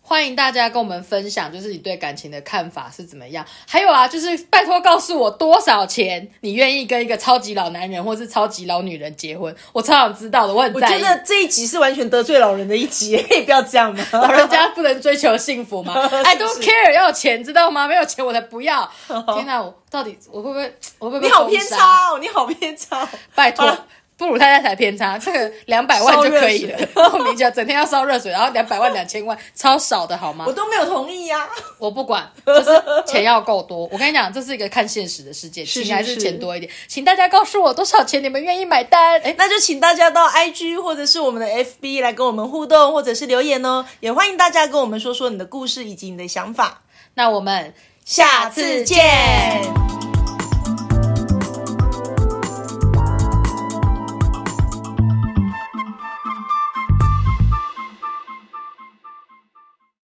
B: 欢迎大家跟我们分享，就是你对感情的看法是怎么样。还有啊，就是拜托告诉我多少钱你愿意跟一个超级老男人或是超级老女人结婚？我超想知道的，我很
A: 我
B: 在
A: 觉
B: 意。
A: 得这一集是完全得罪老人的一集， 也不要这样嘛。
B: 老人家不能追求幸福吗？I don't care，要有钱知道吗？没有钱我才 不要。天哪，我到底我会不会我会不 会被
A: 你好
B: 封
A: 偏
B: 杀？
A: 差哦，你好偏差哦。
B: 拜
A: 好
B: 托
A: 了。
B: 布鲁太太才偏差，这个两百万就可以了。 我明讲，整天要烧热水，然后两百万、两千万，超少的好吗
A: 我？都没有同意啊呀、
B: 我不管，就是钱要够多。我跟你讲，这是一个看现实的世界，
A: 是
B: 请还
A: 是
B: 是
A: 是
B: 钱多一点。请大家告诉我多少钱你们愿意买单？哎，
A: 那就请大家到 IG 或者是我们的 FB 来跟我们互动，或者是留言哦。也欢迎大家跟我们说说你的故事以及你的想法。
B: 那我们
A: 下次见。